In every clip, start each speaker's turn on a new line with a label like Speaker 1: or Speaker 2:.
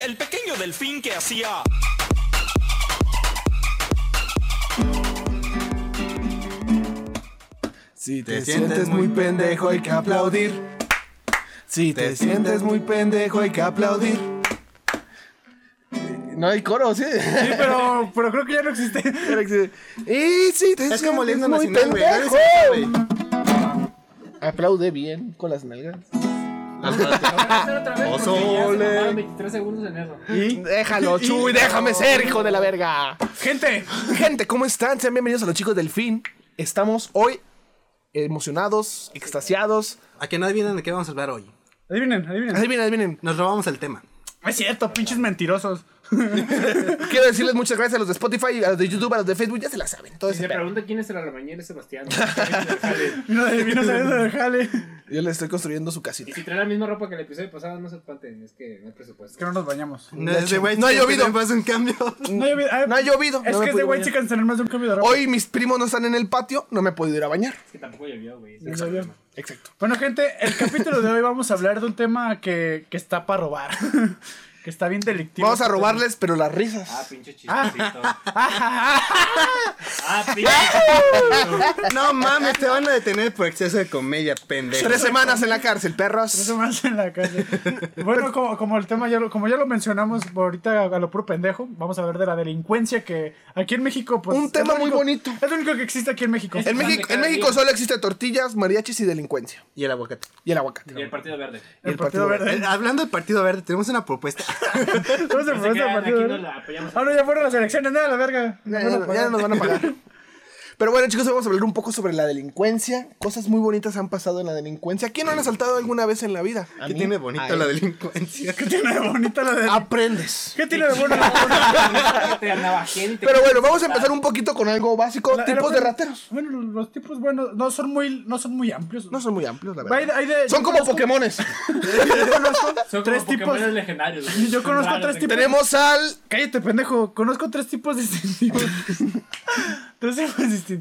Speaker 1: El pequeño delfín que hacía...
Speaker 2: Si te sientes muy pendejo hay que aplaudir. Si te sientes muy pendejo hay que aplaudir. No hay coro, sí.
Speaker 3: Sí, pero, pero creo que ya no existe.
Speaker 2: Y si te
Speaker 4: Es
Speaker 2: sientes
Speaker 4: como leyendo
Speaker 2: muy
Speaker 4: nacional, güey. Nadie
Speaker 2: pendejo.
Speaker 4: se la sabe.
Speaker 2: Aplaude bien con las nalgas.
Speaker 5: hacer otra vez porque ya se
Speaker 2: Pozole.
Speaker 5: mamaron 23 segundos en eso.
Speaker 2: Y déjalo, Chuy, déjame ser, hijo de la verga.
Speaker 3: Gente,
Speaker 2: Gente, ¿cómo están? Sean bienvenidos a los chicos del fin. Estamos hoy emocionados, extasiados.
Speaker 4: A que no adivinan de qué vamos a hablar hoy.
Speaker 3: adivinen, adivinen.
Speaker 2: Adivinen, adivinen.
Speaker 4: Nos robamos el tema.
Speaker 3: No Es cierto, pinches mentirosos.
Speaker 2: Quiero decirles muchas gracias a los de Spotify, a los de YouTube, a los de Facebook, ya se la saben. Todo
Speaker 5: Si
Speaker 2: ese
Speaker 5: se
Speaker 2: pedo.
Speaker 5: pregunta quién es el albañil, es Sebastián.
Speaker 3: Vino de vino saliendo del jale.
Speaker 2: Yo les estoy construyendo su
Speaker 5: Y
Speaker 2: casita.
Speaker 5: si trae la misma ropa que el episodio pasado, no se espanten, es que no hay presupuesto.
Speaker 3: Es que no nos bañamos.
Speaker 4: No,
Speaker 2: De
Speaker 4: ese
Speaker 2: hecho,
Speaker 4: güey
Speaker 2: no ha
Speaker 4: siempre
Speaker 2: llovido.
Speaker 4: me pasa un cambio.
Speaker 3: No ha llovido. ah,
Speaker 2: No ha llovido,
Speaker 3: Es
Speaker 2: no me
Speaker 3: que es de
Speaker 2: pude
Speaker 3: güey
Speaker 2: bañar.
Speaker 3: se cancelan más de un cambio de ropa.
Speaker 2: Hoy mis primos no están en el patio, no me he podido ir a bañar.
Speaker 5: Es que tampoco llovió, güey.
Speaker 3: No llovió.
Speaker 2: Exacto.
Speaker 3: Bueno, gente, el capítulo de hoy vamos a hablar de un tema que, que está para robar. que está bien delictivo.
Speaker 2: Vamos a robarles, pero las risas.
Speaker 5: Ah, pinche chistecito.
Speaker 3: Ah,
Speaker 5: Ah, pinche chistecito.
Speaker 4: No mames, te van a detener por exceso de comedia, pendejo.
Speaker 2: Tres semanas en la cárcel, perros.
Speaker 3: Eso más en la calle. Bueno, como, como el tema ya lo, como ya lo mencionamos ahorita a lo puro pendejo, vamos a hablar de la delincuencia que aquí en México pues
Speaker 2: Un
Speaker 3: es
Speaker 2: tema
Speaker 3: lo
Speaker 2: muy
Speaker 3: único-
Speaker 2: bonito.
Speaker 3: Es lo único que existe aquí en México.
Speaker 2: En México, en México solo existe tortillas, mariachis y delincuencia.
Speaker 4: Y el aguacate.
Speaker 2: Y el aguacate.
Speaker 5: Y el partido verde.
Speaker 2: Y el Partido
Speaker 4: Eh, hablando del Partido Verde, tenemos una propuesta.
Speaker 3: Todos se
Speaker 5: No se
Speaker 3: fueron al partido,
Speaker 5: crean, aquí
Speaker 3: ¿verdad?
Speaker 5: no la apoyamos.
Speaker 3: Ah, no, ya fueron las elecciones, nada, la verga.
Speaker 2: Ya,
Speaker 3: No fueron
Speaker 2: ya-
Speaker 3: a
Speaker 2: ya
Speaker 3: pagar.
Speaker 2: nos van a pagar. Pero bueno, chicos, vamos a hablar un poco sobre la delincuencia. Cosas muy bonitas han pasado en la delincuencia. ¿Quién no han asaltado alguna vez en la vida?
Speaker 4: ¿Qué tiene bonito la delincuencia?
Speaker 3: ¿Qué tiene de bonito la de...
Speaker 2: Aprendes.
Speaker 3: Ah, ¿Qué tiene de bueno la
Speaker 5: Te andaba gente.
Speaker 2: Pero bueno, vamos a empezar un poquito con algo básico.
Speaker 3: la-
Speaker 2: tipos
Speaker 3: la-
Speaker 2: de rateros.
Speaker 3: Bueno, los tipos buenos no son muy, no son muy amplios.
Speaker 2: No son muy amplios, la
Speaker 3: Hay de-
Speaker 2: verdad.
Speaker 3: hay de-
Speaker 2: Son
Speaker 3: yo
Speaker 2: como
Speaker 3: conozco-
Speaker 2: Pokémones. Yo conozco-
Speaker 5: Ah, Son
Speaker 3: tres
Speaker 5: tres
Speaker 3: tipos-
Speaker 5: tipos legendarios. güey.
Speaker 3: Yo
Speaker 5: Son
Speaker 3: conozco
Speaker 5: raros,
Speaker 3: tres
Speaker 5: güey.
Speaker 3: tipos.
Speaker 2: Tenemos al...
Speaker 3: Cállate, pendejo. Conozco tres tipos distintivos. tres tipos distintivos.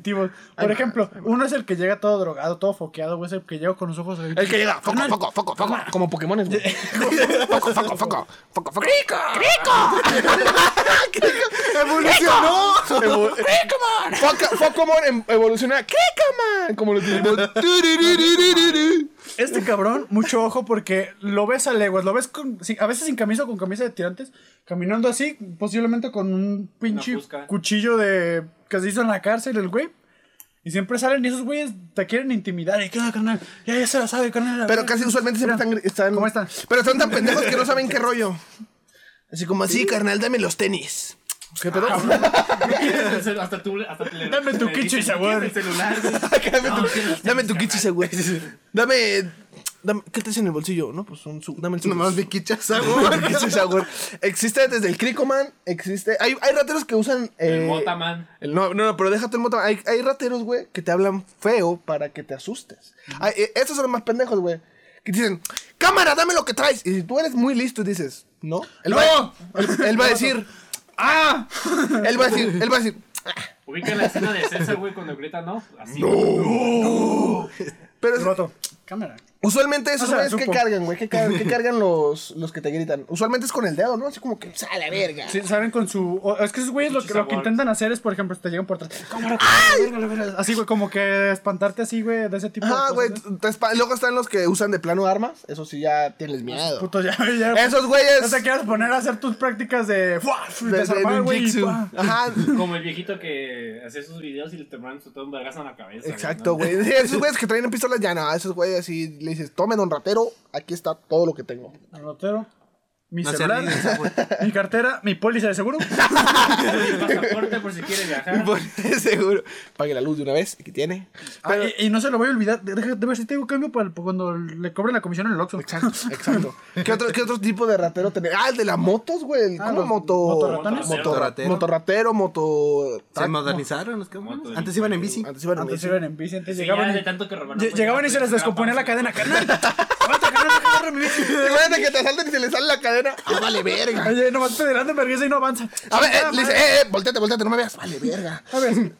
Speaker 3: Por
Speaker 2: más,
Speaker 3: ejemplo, uno es el que llega todo drogado, todo foqueado, güey. Es el que llega con los ojos abiertos.
Speaker 2: El que llega, foco, foco, foco, foco, como Pokémones, güey. Foco, foco, foco, foco, foco. ¡Rico!
Speaker 4: ¡Evolucionó!
Speaker 2: ¡Rico! Foco- Pokémon em- evoluciona. ¡Kikaman! Como los Tururururururu.
Speaker 3: Este cabrón, mucho ojo porque lo ves a leguas, lo ves con, sin- a veces sin camisa o con camisa de tirantes, caminando así, posiblemente con un pinche
Speaker 5: fusca.
Speaker 3: cuchillo de que se hizo en la cárcel el güey. Y siempre salen y esos güeyes te quieren intimidar. ¿Y qué onda, carnal? Ya, ya se la sabe, carnal.
Speaker 2: Pero casi usualmente siempre
Speaker 3: Mira,
Speaker 2: están, están-
Speaker 3: ¿Cómo están?
Speaker 2: Pero son tan pendejos que no saben qué rollo. Así como así, carnal, dame los tenis. ¿Qué pedo?
Speaker 5: Hasta tú, hasta tú le-
Speaker 3: Dame tu
Speaker 5: le dices,
Speaker 3: quiche y
Speaker 5: "¿Qué
Speaker 3: sabor".
Speaker 5: es el celular, güey?
Speaker 2: dame
Speaker 5: No, sí,
Speaker 2: tu,
Speaker 5: los
Speaker 2: dame
Speaker 5: tenis,
Speaker 2: tu quiche, güey. Dame, dame. ¿Qué te hace en el bolsillo? No, pues son su. Dame el su.
Speaker 4: Nomás vi quichas
Speaker 2: Ese sabor. Existe desde el Cricoman, existe. Hay, hay rateros que usan.
Speaker 5: El
Speaker 2: eh,
Speaker 5: Motaman.
Speaker 2: el- no, no, no, pero déjate el Motaman. Hay, hay rateros, güey, que te hablan feo para que te asustes. Ay, eh, esos son los más pendejos, güey. Que te dicen, cámara, dame lo que traes. Y si tú eres muy listo y dices, no. Él Va, él, él va a decir,
Speaker 3: ¡Ah!
Speaker 2: él va a decir, él va a decir.
Speaker 5: Ubica la escena de César, güey, cuando grita no. Así.
Speaker 2: Pero es-
Speaker 3: Roto. Cámara.
Speaker 2: usualmente
Speaker 3: O
Speaker 2: esos
Speaker 3: sea,
Speaker 2: güeyes que
Speaker 3: supo.
Speaker 2: cargan, güey, que cargan, que cargan los, los que te gritan. Usualmente es con el dedo, ¿no? Así como que, sale verga.
Speaker 3: Sí, salen con su. o- es que esos güeyes lo, que- lo que
Speaker 5: sabor.
Speaker 3: intentan hacer es, por ejemplo, te llegan por atrás. Cámara, cámara, verga, la verga. Así, güey, como que espantarte así, güey, de ese tipo de
Speaker 2: Ah,
Speaker 3: cosas,
Speaker 2: güey,
Speaker 3: ¿no?
Speaker 2: te espa- luego están los que usan de plano armas. Eso sí, ya tienes miedo.
Speaker 3: Pues, Puto, ya, ya.
Speaker 2: Esos
Speaker 3: No
Speaker 2: güeyes.
Speaker 3: te quieras poner a hacer tus prácticas de. ¡Fua!
Speaker 2: de- de- de
Speaker 3: Desarmar,
Speaker 2: un
Speaker 3: güey. y
Speaker 2: jitsu.
Speaker 3: ¡fua!
Speaker 2: Ajá.
Speaker 5: Como el viejito que hacía sus videos y le terminaron su todo un vergazo en la cabeza.
Speaker 2: Exacto,
Speaker 5: ¿no?
Speaker 2: güey. Sí, esos güeyes que traen pistolas ya no. Esos güeyes así le dices, tome, don ratero, aquí está todo lo que tengo.
Speaker 3: Anotero, Mi
Speaker 4: No se
Speaker 3: celular.
Speaker 4: ríen, esa, güey.
Speaker 3: mi cartera. Mi póliza de seguro.
Speaker 5: Mi pasaporte por si quiere viajar.
Speaker 2: Por seguro. Pague la luz de una vez, aquí tiene.
Speaker 3: Ah, y, y no se lo voy a olvidar. de- Deja de ver si tengo cambio para el- cuando le cobren la comisión en el Oxxo.
Speaker 2: Exacto, exacto. ¿Qué otro, ¿Qué otro tipo de ratero tenés? Ah, el de las motos, güey.
Speaker 3: Ah,
Speaker 2: ¿Cómo
Speaker 3: los
Speaker 2: moto?
Speaker 3: motorratones.
Speaker 2: Motorratero. Motorratero,
Speaker 4: Motorratero.
Speaker 2: moto.
Speaker 4: Se modernizaron los cabrones. Antes iban en bici.
Speaker 2: Antes iban a
Speaker 3: Antes
Speaker 2: decir.
Speaker 3: iban en bici, antes
Speaker 5: Sí,
Speaker 3: llegaban.
Speaker 5: ya
Speaker 3: y-
Speaker 5: de tanto que robaron,
Speaker 3: lle-
Speaker 5: pues,
Speaker 3: llegaban
Speaker 5: ya,
Speaker 3: y se les
Speaker 5: pues,
Speaker 3: descomponía la
Speaker 5: atrapamos.
Speaker 3: cadena. ¡Carnal! ¡Aguanta, carnal,
Speaker 2: carro, mi Imagínate que te salten y se le sale la cadena. Ah, vale, verga.
Speaker 6: Oye, nomás pedelando vergüenza y no avanza.
Speaker 2: A ver, eh, le dice, eh, eh, volteate, volteate, no me veas. Vale, verga.
Speaker 6: A ver. Eh,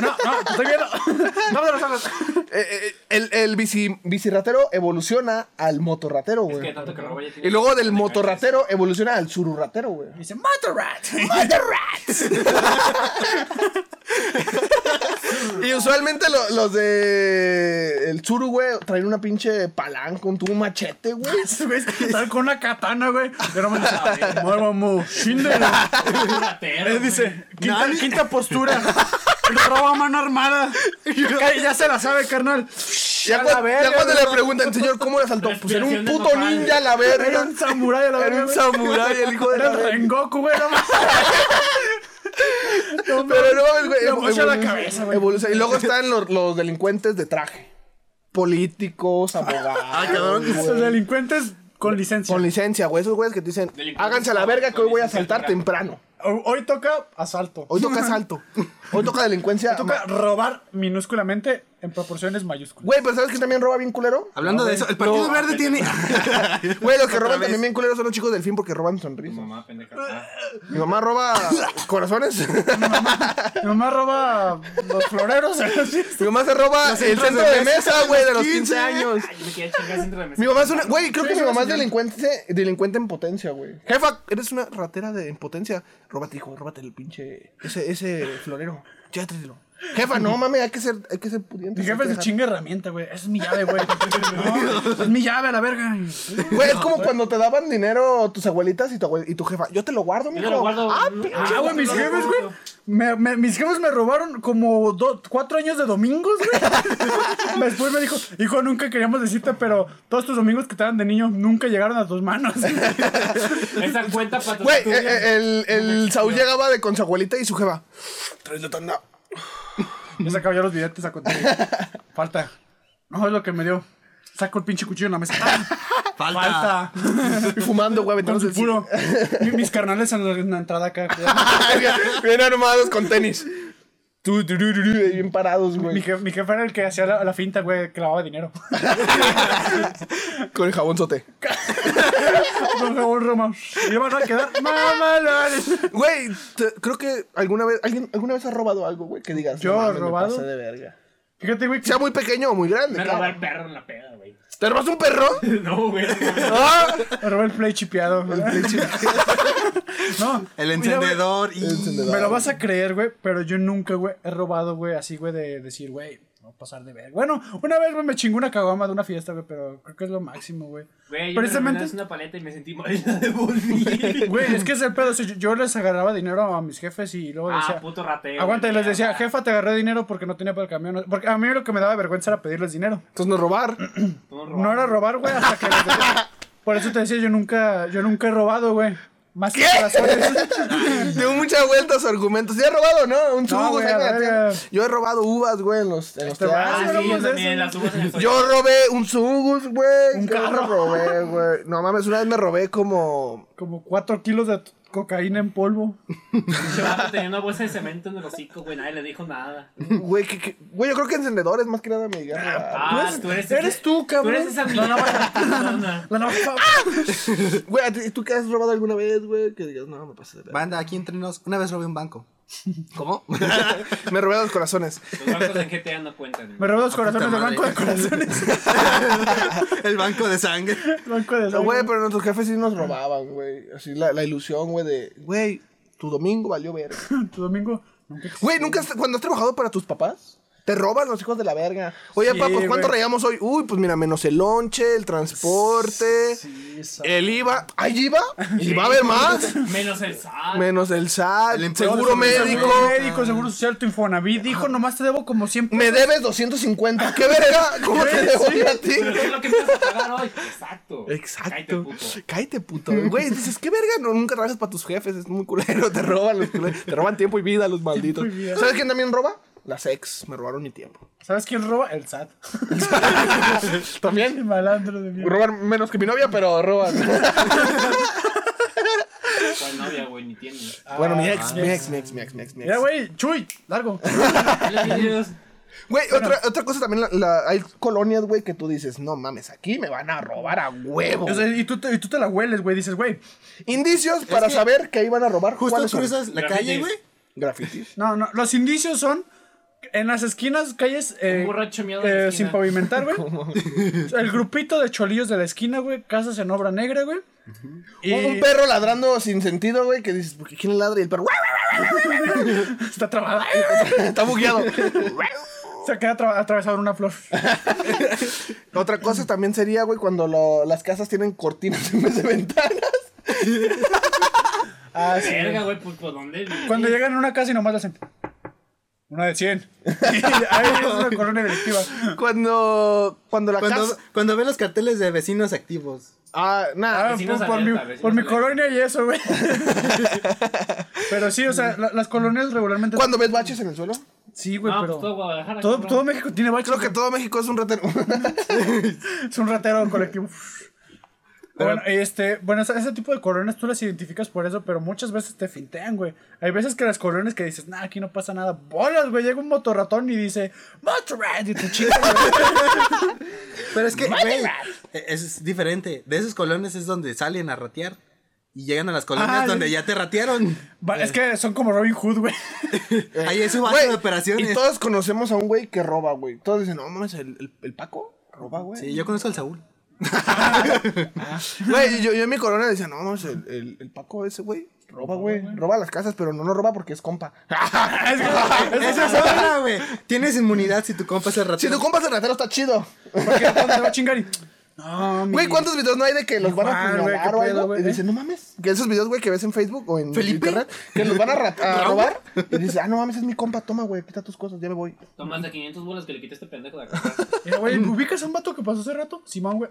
Speaker 6: No, no, te estoy viendo. Dame las alas.
Speaker 2: Eh, eh, el el bici, bicirratero evoluciona al motorratero,
Speaker 5: Es que
Speaker 2: güey.
Speaker 5: tanto que roba ya tiene-
Speaker 2: Y luego del motorratero evoluciona al sururratero, güey.
Speaker 6: Dice, Motor Rat.
Speaker 2: Y usualmente lo- los de el suru, güey, traen una pinche palanca, un tubo, un machete, güey.
Speaker 6: Ese güey Estaba con una katana, güey. Pero me dice, Mamamu, Shindero.
Speaker 5: Ratero,
Speaker 6: Él
Speaker 5: güey.
Speaker 6: dice, quinta, quinta postura. Roba mano armada. Ca- Ya se la sabe, carnal.
Speaker 2: Ya,
Speaker 6: A
Speaker 2: cua-
Speaker 6: la verga,
Speaker 2: ya cuando le
Speaker 6: güey.
Speaker 2: preguntan, señor, ¿cómo le saltó? Pues era un
Speaker 5: Respiración de
Speaker 2: puto
Speaker 5: nopal.
Speaker 2: ninja a la
Speaker 6: Era
Speaker 2: verga.
Speaker 6: un samurái, a la
Speaker 2: Era
Speaker 6: verdad.
Speaker 2: un samurái, el hijo de
Speaker 6: Era
Speaker 2: la
Speaker 6: el
Speaker 2: verga.
Speaker 6: Rengoku, güey. no mames.
Speaker 2: Pero no, mames, güey.
Speaker 6: Le
Speaker 2: evo-
Speaker 6: mocha la
Speaker 2: evoluciona-
Speaker 6: cabeza, güey.
Speaker 2: evoluciona. Y luego están los, los delincuentes de traje. Políticos, abogados.
Speaker 4: Ah, cabrón.
Speaker 6: Los delincuentes con licencia.
Speaker 2: Con licencia, güey. Esos güeyes que te dicen,
Speaker 5: Delincuentes
Speaker 2: háganse a la verga que hoy
Speaker 5: con
Speaker 2: voy a
Speaker 5: licencia
Speaker 2: saltar
Speaker 5: temprano".
Speaker 2: temprano.
Speaker 6: Ho- Hoy toca asalto.
Speaker 2: Hoy toca asalto. Hoy toca delincuencia.
Speaker 6: toca robar minúsculamente en proporciones mayúsculas.
Speaker 2: Güey, pero ¿sabes quién también roba bien culero?
Speaker 4: Hablando de eso, el Partido Verde tiene.
Speaker 2: Güey, los que roban
Speaker 4: Otra vez.
Speaker 2: también bien culeros son los chicos del fin porque roban sonrisas.
Speaker 5: Mamá, pendeja. Ah,
Speaker 2: Mi mamá roba corazones.
Speaker 6: Mi mamá roba los floreros.
Speaker 2: Mi mamá se roba
Speaker 4: Los
Speaker 2: el
Speaker 4: centros
Speaker 2: centro
Speaker 4: de
Speaker 2: de
Speaker 4: mesa
Speaker 2: mesa,
Speaker 4: de
Speaker 2: güey,
Speaker 4: los
Speaker 2: de los 15,
Speaker 4: 15
Speaker 2: años.
Speaker 5: yo me quedé chingada dentro de la mesa.
Speaker 2: Mi mamá es una. Güey, creo que mi
Speaker 6: Sí, sí,
Speaker 2: mamá es
Speaker 6: sí.
Speaker 2: delincuente, delincuente en potencia, güey. Jefa, eres una ratera de en potencia. Róbate, hijo, róbate el pinche. Ese, ese florero. Llévatelo. Jefa, no mames, hay que ser, hay que ser pudiente.
Speaker 6: Mi
Speaker 2: hay
Speaker 6: jefe
Speaker 2: que
Speaker 6: se
Speaker 2: dejar-
Speaker 6: chinga herramienta, güey. Esa es mi llave, güey. No, es mi llave, a la verga.
Speaker 2: Güey, es como cuando te daban dinero tus abuelitas y tu, abuel- y tu jefa. Yo te lo guardo, mijo.
Speaker 5: Yo lo guardo.
Speaker 2: Ah,
Speaker 5: Mm.
Speaker 2: pinche.
Speaker 6: Ah, güey, mis jefes, güey. me- me- mis jefes me robaron como do- cuatro años de domingos, güey. Después me dijo, hijo, nunca queríamos decirte, pero todos tus domingos que te dan de niño nunca llegaron a tus manos.
Speaker 5: Esa cuenta para
Speaker 2: Güey, eh, eh, el, el Saúl llegaba de con su abuelita y su jefa. Traes la tanda.
Speaker 6: Yo sacaba ya los billetes a continuación. Falta. No, es lo que me dio. Saco el pinche cuchillo en la mesa. Ah,
Speaker 4: Falta.
Speaker 6: Falta.
Speaker 2: Y fumando, güey,
Speaker 6: Con
Speaker 2: entonces.
Speaker 6: su puro. Mi- Mis carnales en la, en la entrada acá.
Speaker 2: Bien armados con tenis. Tu, tu, tu, tu, tu, ahí Bien parados,
Speaker 6: Mi,
Speaker 2: güey.
Speaker 6: jef- mi jefe era el que hacía la, la finta, güey, que lavaba dinero.
Speaker 2: Con el jabón sote.
Speaker 6: Por favor, Roma. Y me van a quedar. Mamá, la-
Speaker 2: Güey, te- creo que alguna vez, alguien, alguna vez has robado algo, güey, que digas.
Speaker 6: ¿Yo
Speaker 2: "No
Speaker 6: he
Speaker 2: mames, me
Speaker 6: robado?
Speaker 2: pasé de verga.
Speaker 6: Fíjate, güey. que-
Speaker 2: Sea muy pequeño o muy grande.
Speaker 5: Me
Speaker 2: claro.
Speaker 5: robé el perro en la peda, güey.
Speaker 2: ¿Te robas un perro?
Speaker 5: No, güey.
Speaker 2: Ah,
Speaker 6: Me robé el play chipeado. No.
Speaker 4: El
Speaker 6: mira, güey,
Speaker 4: encendedor y.
Speaker 6: Me lo vas a creer, güey, pero yo nunca, güey, he robado, güey, así, güey, de decir, güey, no pasar de ver. Bueno, una vez, güey, me chingó una cagama de una fiesta, güey, pero creo que es lo máximo, güey.
Speaker 5: Güey, yo
Speaker 6: Precisamente,
Speaker 5: Precisamente. Me robé una paleta y me sentí mal y la devolví.
Speaker 6: güey, es que es el pedo. o sea, yo, yo les agarraba dinero a mis jefes y luego
Speaker 5: Ah,
Speaker 6: decía,
Speaker 5: puto rateo.
Speaker 6: aguanta, y les decía,
Speaker 5: mierda.
Speaker 6: jefa, te agarré dinero porque no tenía para el camión. Porque a mí lo que me daba vergüenza era pedirles dinero.
Speaker 2: Entonces no robar.
Speaker 5: Todo robado.
Speaker 6: No era robar, güey, hasta que... les decía. Por eso te decía, yo nunca, yo nunca he robado, güey. Más que corazones.
Speaker 2: Dio muchas vueltas a argumentos. ¿Ya has robado, no? Un churro,
Speaker 6: güey,
Speaker 2: saca
Speaker 6: a
Speaker 2: la
Speaker 6: ver, Este
Speaker 2: tierra.
Speaker 6: eh.
Speaker 2: Yo he robado uvas, güey, en los, en los
Speaker 6: Te vas,
Speaker 2: teatros.
Speaker 5: Ah, sí,
Speaker 6: Hablamos
Speaker 5: yo
Speaker 6: de
Speaker 5: también
Speaker 6: eso.
Speaker 5: las uvas en el
Speaker 2: Yo robé un Sugus, güey.
Speaker 6: Un
Speaker 2: Yo me
Speaker 6: carro.
Speaker 2: robé, güey. No mames, una vez me robé como.
Speaker 6: Como cuatro kilos de cocaína en polvo.
Speaker 5: Pinche vato tenía una bolsa de cemento en el hocico, güey. Nadie le dijo nada.
Speaker 2: Güey, que- que- güey, yo creo que encendedores más que nada me llegaron. a-
Speaker 5: Ah, tú eres,
Speaker 6: eres tú, cabrón.
Speaker 5: Tú eres esa
Speaker 6: No, no,
Speaker 5: mierda persona.
Speaker 6: La navaja.
Speaker 2: Güey, ¿a ti- ¿tú qué has robado alguna vez, güey? Que digas, no, me pasé de verga.
Speaker 4: Banda, aquí entre nos. Una vez robé un banco.
Speaker 2: ¿Cómo? me robé los corazones.
Speaker 5: Los bancos en GTA no cuentan.
Speaker 6: Me robé los corazones
Speaker 4: puta
Speaker 6: del banco de
Speaker 4: madre.
Speaker 6: corazones.
Speaker 4: El banco de sangre.
Speaker 6: banco de
Speaker 2: No, güey,
Speaker 6: sangre.
Speaker 2: pero nuestros jefes sí nos robaban, güey. Así la, la ilusión, güey, de, güey, tu domingo valió verga.
Speaker 6: Tu domingo. nunca-
Speaker 2: Güey, nunca has- cuando has trabajado para tus papás, te roban los hijos de la verga. Oye,
Speaker 6: Sí,
Speaker 2: papá, pues ¿cuánto
Speaker 6: güey.
Speaker 2: rayamos hoy? Uy, pues mira, menos el lonche, el transporte,
Speaker 6: Sí, esa-
Speaker 2: el IVA. ¿Hay IVA? ¿Y va a haber más?
Speaker 5: Menos el SAT.
Speaker 2: Menos el SAT,
Speaker 4: El empleo
Speaker 2: seguro
Speaker 4: de seguro
Speaker 2: médico.
Speaker 6: Seguro médico, seguro social, tu Infonavit. Dijo, nomás te debo como siempre.
Speaker 2: Me debes 250. ¿Qué verga? ¿Cómo te debo yo a ti?
Speaker 5: Pero ¿qué es lo que me vas a pagar hoy? Exacto. Cállate,
Speaker 2: Exacto.
Speaker 5: puto.
Speaker 2: Cállate, puto. Güey, dices, qué verga, no, nunca trabajas para tus jefes, es muy culero, te roban los culeros, te roban tiempo y vida los malditos.
Speaker 6: y vida.
Speaker 2: ¿Sabes quién también roba? Las ex, me robaron mi tiempo.
Speaker 6: ¿Sabes quién roba? El SAT.
Speaker 2: También
Speaker 6: El malandro de mí.
Speaker 2: roban menos que mi novia, pero roban.
Speaker 5: ¿Cuál novia, güey? Ni
Speaker 6: Ah,
Speaker 5: tienes.
Speaker 2: bueno, mi ex, mi ex, mi ex, mi ex, mi ex, mi ex.
Speaker 6: Ya, güey, chuy, largo.
Speaker 5: Dale, niños.
Speaker 2: Güey, otra, otra cosa también, la- la- hay colonias, güey, que tú dices, no mames, aquí me van a robar a huevo.
Speaker 6: O sea, y, tú te, y tú te la hueles, güey. Dices, güey,
Speaker 2: Indicios para
Speaker 4: que-
Speaker 2: saber que iban a robar.
Speaker 4: Justo
Speaker 2: ¿Cuáles son?
Speaker 4: cruzas la
Speaker 5: Grafitis.
Speaker 4: calle, güey.
Speaker 2: Grafitis.
Speaker 6: no, no. Los indicios son en las esquinas, calles. eh,
Speaker 5: Un borracho miado en la
Speaker 6: eh,
Speaker 5: esquina.
Speaker 6: sin pavimentar, güey. El grupito de cholillos de la esquina, güey. Casas en obra negra, güey. Y
Speaker 2: Un, un perro ladrando sin sentido, güey, que dices, ¿por qué quién ladra? Y el perro, "Guau, guau,
Speaker 6: está trabada.
Speaker 2: guau", está bugueado.
Speaker 6: Se queda atra- atravesado en una flor.
Speaker 2: otra cosa también sería, güey, cuando lo- las casas tienen cortinas en vez de ventanas.
Speaker 6: Ah, sí.
Speaker 5: Verga, güey, pues por dónde. vive?
Speaker 6: Cuando llegan a una casa y nomás le hacen. Una de 100. Ahí es una colonia delictiva.
Speaker 5: Ah,
Speaker 2: Cuando, cuando la
Speaker 4: Cuando,
Speaker 2: casa...
Speaker 4: cuando ve los carteles de vecinos activos.
Speaker 2: Ah, nada.
Speaker 6: Ah,
Speaker 5: Vecinos
Speaker 6: por, por mi,
Speaker 5: alerta, vecinos
Speaker 6: por mi
Speaker 5: alerta.
Speaker 6: colonia y eso, güey. pero sí, o sea, la- las colonias regularmente.
Speaker 2: Cuando ves baches en el suelo.
Speaker 6: Sí, güey,
Speaker 5: No,
Speaker 6: pero.
Speaker 5: pues todo Guadalajara.
Speaker 6: todo,
Speaker 5: cabrón.
Speaker 6: todo México tiene baches.
Speaker 2: Creo que todo México es un ratero.
Speaker 6: Es un ratero colectivo. bueno, este, bueno, ese, ese tipo de colonias tú las identificas por eso, pero muchas veces te fintean, güey. Hay veces que las colonias que dices, nah, aquí no pasa nada, bolas, güey. Llega un motorratón y dice, motorrat, y te chingas, güey.
Speaker 4: Pero es que, güey, es, es diferente. De esos colones es donde salen a ratear. Y llegan a las colonias
Speaker 6: Ah,
Speaker 4: donde
Speaker 6: es-
Speaker 4: ya te ratearon.
Speaker 6: Va, Es que son como Robin Hood, güey.
Speaker 4: Ahí es su base
Speaker 2: Güey,
Speaker 4: de operaciones.
Speaker 2: Y todos conocemos a un güey que roba, güey. Todos dicen, no mames, el, el- el Paco roba, güey.
Speaker 4: Sí, yo conozco al Saúl.
Speaker 2: Güey, yo, yo en mi corona decía, no mames, el, el- el Paco ese, güey. Roba, güey. Roba las casas, pero no lo roba porque es compa.
Speaker 4: Esa es otra, güey. Tienes inmunidad si tu compa es el
Speaker 2: si
Speaker 4: ratero.
Speaker 2: tu compa es el ratero, está chido.
Speaker 6: Porque cuando te va a chingar y. No, mi-
Speaker 2: Güey, ¿cuántos videos no hay de que los van a
Speaker 6: Igual, güey,
Speaker 2: apuñalar
Speaker 6: qué
Speaker 2: o
Speaker 6: pedo,
Speaker 2: algo?
Speaker 6: güey,
Speaker 2: Y
Speaker 6: ¿eh?
Speaker 2: dicen, no mames. Que esos videos, güey, que ves en Facebook o en
Speaker 4: ¿Felipe?
Speaker 2: internet, que los van a, ra- a
Speaker 4: ¿Raúl?
Speaker 2: robar. Y dices, ah, no mames, es mi compa, toma, güey, quita tus cosas, ya me voy.
Speaker 5: Toma hasta 500 bolas que le quita este pendejo de acá.
Speaker 6: Mira, Eh, güey, ¿ubicas a un vato que pasó hace rato? Simón, güey.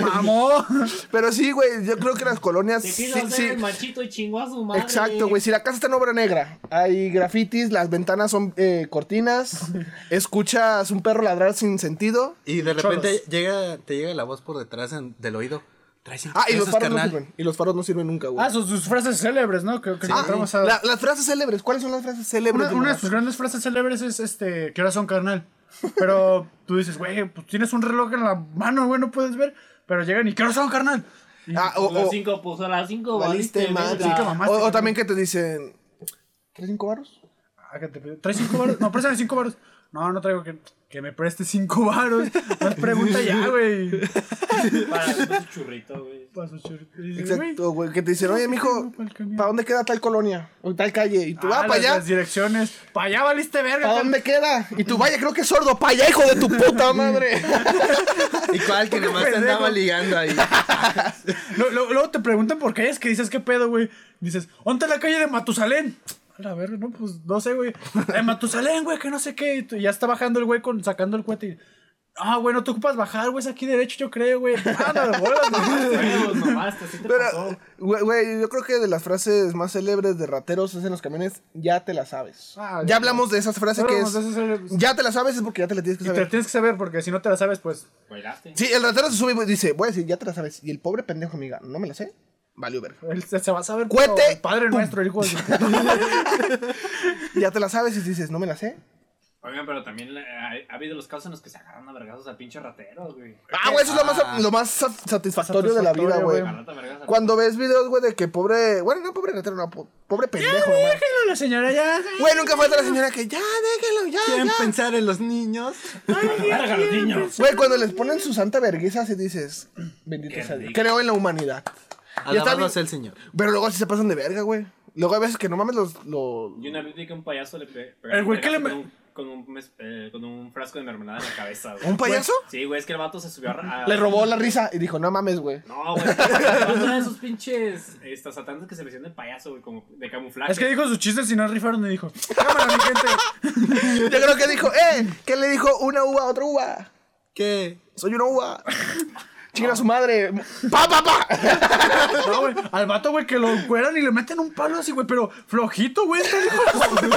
Speaker 6: Mamó.
Speaker 2: Pero sí, güey, yo creo que las colonias.
Speaker 5: Te
Speaker 2: Sí,
Speaker 5: quiso hacer
Speaker 2: sí.
Speaker 5: el machito y chingó a su madre.
Speaker 2: Exacto, güey. Si la casa está en obra negra, hay grafitis, las ventanas son eh, cortinas, escuchas un perro ladrar sin sentido.
Speaker 4: Y de repente
Speaker 6: Cholos.
Speaker 4: llega, te llega la voz por detrás en- del oído. Traes cinco
Speaker 2: Ah, y los
Speaker 4: pesos,
Speaker 2: faros
Speaker 4: carnal.
Speaker 2: no sirven. Y los faros no sirven nunca, güey.
Speaker 6: Ah, sus, sus frases célebres, ¿no? Que, que
Speaker 2: Ah,
Speaker 6: encontramos a-
Speaker 2: la- las frases célebres. ¿Cuáles son las frases célebres?
Speaker 6: Una,
Speaker 2: de
Speaker 6: una de
Speaker 2: Morazo?
Speaker 6: sus grandes frases célebres es este, ¿qué horas son, carnal? Pero tú dices, güey, pues tienes un reloj en la mano, güey, no puedes ver. Pero llegan y, ¿qué horas son, carnal? Y-
Speaker 2: Ah, o,
Speaker 5: O,
Speaker 2: o,
Speaker 5: cinco, pues a las 5
Speaker 2: valiste madre.
Speaker 6: Sí, que mamaste,
Speaker 2: o, o
Speaker 6: güey.
Speaker 2: también que te dicen. ¿Tres cinco baros?
Speaker 6: Ah, que te pedí, ¿Traes cinco varos? No, préstame cinco varos. No, no traigo que, que me preste cinco varos. Más pregunta ya, güey.
Speaker 5: Para su churrito, güey.
Speaker 6: Paso, churrito. Y dices, güey,
Speaker 2: Exacto, güey. Que te dicen, oye, mijo,
Speaker 6: Para el camión.
Speaker 2: ¿para dónde queda tal colonia? O tal calle. Y tú, ah,
Speaker 6: ah,
Speaker 2: para
Speaker 6: las-
Speaker 2: allá.
Speaker 6: Las direcciones. Para allá valiste verga.
Speaker 2: ¿Para
Speaker 6: carnal.
Speaker 2: dónde queda? Y tú, vaya, creo que es sordo. Para allá, hijo de tu puta madre.
Speaker 4: Y cuál que nomás te
Speaker 6: pendejo.
Speaker 4: andaba ligando ahí.
Speaker 6: Lo- lo- Luego te preguntan por qué es que dices, ¿qué pedo, güey? Dices, ¿dónde es la calle de Matusalén? A la verga, no, pues no sé, güey. La de Matusalén, güey, que no sé qué. Y tú- ya está bajando el güey con, sacando el cohete. y, Ah, güey, no te ocupas bajar, güey, es aquí derecho, yo creo, güey. Ah, no, de bolas, güey.
Speaker 5: Huevos, mamaste, pues, así te pasó.
Speaker 2: Pero, güey, güey, yo creo que de las frases más célebres de rateros es en los camiones, ya te la sabes.
Speaker 6: Ah,
Speaker 2: ya,
Speaker 6: ya.
Speaker 2: hablamos de esas frases
Speaker 6: No,
Speaker 2: que
Speaker 6: no,
Speaker 2: es.
Speaker 6: de esas célebres.
Speaker 2: Ya te la sabes es porque ya te la tienes que
Speaker 6: Y te
Speaker 2: saber.
Speaker 6: tienes que saber, porque si no te la sabes, pues.
Speaker 5: Bailaste.
Speaker 2: Sí, el ratero se sube y dice, voy a decir, ya te la sabes. Y el pobre pendejo amiga, no me la sé. Valió verga.
Speaker 6: Él se se va a saber.
Speaker 2: Cuete,
Speaker 6: pero el Padre nuestro, hijo de.
Speaker 2: Ya te la sabes y dices, no me la sé.
Speaker 5: Oigan, pero también eh, ha, ha habido los casos en los que se agarran a vergazos a pinche rateros, güey.
Speaker 2: Ah, güey, eso es lo más, lo más sa- satisfactorio de la vida, güey.
Speaker 6: Satisfactorio, güey.
Speaker 5: Agarrate a vergazos a-
Speaker 2: Cuando ves videos, güey, de que pobre. Bueno, no, pobre ratero, no, po- pobre pendejo, nomás.
Speaker 6: Déjenlo, la señora, ya.
Speaker 2: Güey, nunca falta la señora que ya, déjalo, ya,
Speaker 4: Quieren
Speaker 2: ya.
Speaker 4: pensar en los niños.
Speaker 5: Verga, los niños.
Speaker 2: Güey, cuando les ponen su santa vergüenza, se dices, bendito
Speaker 5: Qué
Speaker 2: sea Dios.
Speaker 5: rico.
Speaker 2: Creo en la humanidad. Ya está
Speaker 4: Alabado
Speaker 2: bien.
Speaker 4: sea el Señor.
Speaker 2: Pero luego sí se pasan de verga, güey. Luego hay veces que no mames los. los-
Speaker 5: Y una vez vi que un payaso le pe-
Speaker 6: El güey que le
Speaker 5: con
Speaker 6: me-
Speaker 5: un- Con un, mes- eh, con un frasco de mermelada en la cabeza, güey.
Speaker 2: ¿Un payaso?
Speaker 5: Sí, güey, es que el vato se subió a... ra- a-
Speaker 2: Le robó la risa y dijo, no mames, güey.
Speaker 5: No, güey. Es uno de esos pinches estas satantes que se le hicieron de payaso, güey, como de camuflaje.
Speaker 6: Es que dijo sus chistes y no rifaron, y dijo, cámara, mi
Speaker 2: Yo
Speaker 6: gente.
Speaker 2: creo que dijo, eh, ¿qué le dijo una uva a otra uva?
Speaker 4: ¿Qué?
Speaker 2: Soy una uva. Chinga a su madre. ¡Pa, pa, pa!
Speaker 6: No, güey. al vato, güey, que lo cueran y le meten un palo así, güey, pero flojito, güey. este hijo de su-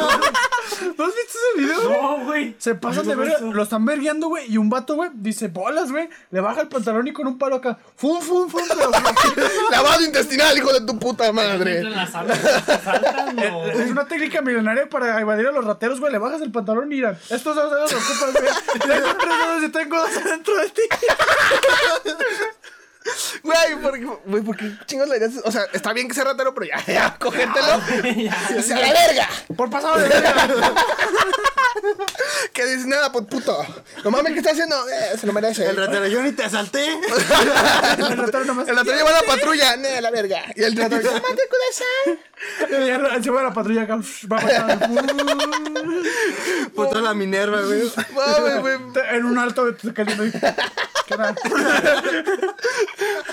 Speaker 6: ¿No has visto ese video? güey?
Speaker 5: No, güey.
Speaker 6: Se pasan de verga, lo están vergueando, güey, y un vato, güey, dice, bolas, güey, le baja el pantalón y con un palo acá, fum, fum, fum, pero, güey,
Speaker 2: Lavado intestinal, hijo de tu puta
Speaker 5: Entran
Speaker 2: madre.
Speaker 5: las armas, las asaltan, no.
Speaker 6: Es una técnica milenaria para evadir a los rateros, güey, le bajas el pantalón y mira, estos dos dedos los ocupas, güey, tengo tres dedos y tengo dos adentro de ti.
Speaker 2: Güey, ¿por, qué- güey, ¿por qué chingos la ideas? O sea, está bien que sea ratero, pero ya, ya, cógetelo. O sea, a la verga.
Speaker 6: Por pasado de verga.
Speaker 2: Que dices nada, pues puto. No mames, ¿qué está haciendo? Eh, se lo merece.
Speaker 4: El ratero, yo ni te asalté.
Speaker 6: El ratero nomás.
Speaker 2: El ratero lleva la patrulla. Nee, la verga. Y el ratero dice, "Mate, kudasai".
Speaker 6: Y ya Se va la patrulla acá. Va a pasar.
Speaker 4: Puto la Minerva, güey.
Speaker 2: Mames, güey.
Speaker 6: En un alto de tu caliente. ¿Qué tal?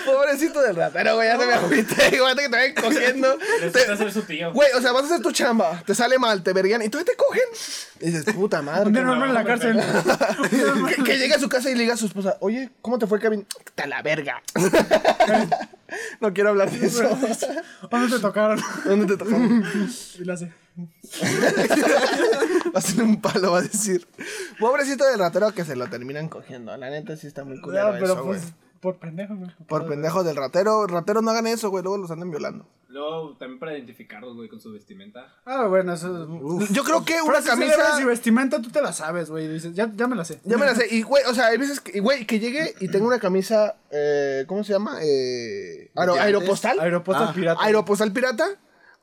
Speaker 2: Pobrecito del ratero, güey. Ya te me agüité. Igual que te vayan cogiendo.
Speaker 5: Les
Speaker 2: Te-
Speaker 5: toca ser su tío.
Speaker 2: Güey, o sea, vas a hacer tu chamba. Te sale mal, te verguían y todavía te cogen. Y dices, puta madre.
Speaker 6: Un día
Speaker 2: qué
Speaker 6: normal en la cárcel.
Speaker 2: que, que llega a su casa y le diga a su esposa, oye, ¿cómo te fue, Kevin? ¡Te la verga! no quiero hablar de eso.
Speaker 6: ¿Dónde te tocaron?
Speaker 2: ¿Dónde te tocó?
Speaker 6: Y la hace.
Speaker 2: Va a ser un palo, va a decir. Pobrecito del ratero que se lo terminan cogiendo. La neta sí está muy culero
Speaker 6: Ah,
Speaker 2: eso,
Speaker 6: pero
Speaker 2: güey.
Speaker 6: pues. Por pendejo, güey.
Speaker 2: Por pendejo del ratero. Ratero, no hagan eso, güey. Luego los andan violando.
Speaker 5: Luego, también para identificarlos, güey, con su vestimenta.
Speaker 6: Ah, bueno, eso es.
Speaker 2: Yo creo que una
Speaker 6: Frases célebres
Speaker 2: camisa...
Speaker 6: y vestimenta, tú te la sabes, güey. Dices, ya, ya me la sé.
Speaker 2: Ya me la sé. Y, güey, o sea, hay veces que, y, güey, que llegue y tengo una camisa, eh, ¿cómo se llama? Eh, aero-
Speaker 4: Antes.
Speaker 2: aeropostal.
Speaker 6: Aeropuerto
Speaker 4: Ah,
Speaker 6: pirata.
Speaker 2: Aeropostal pirata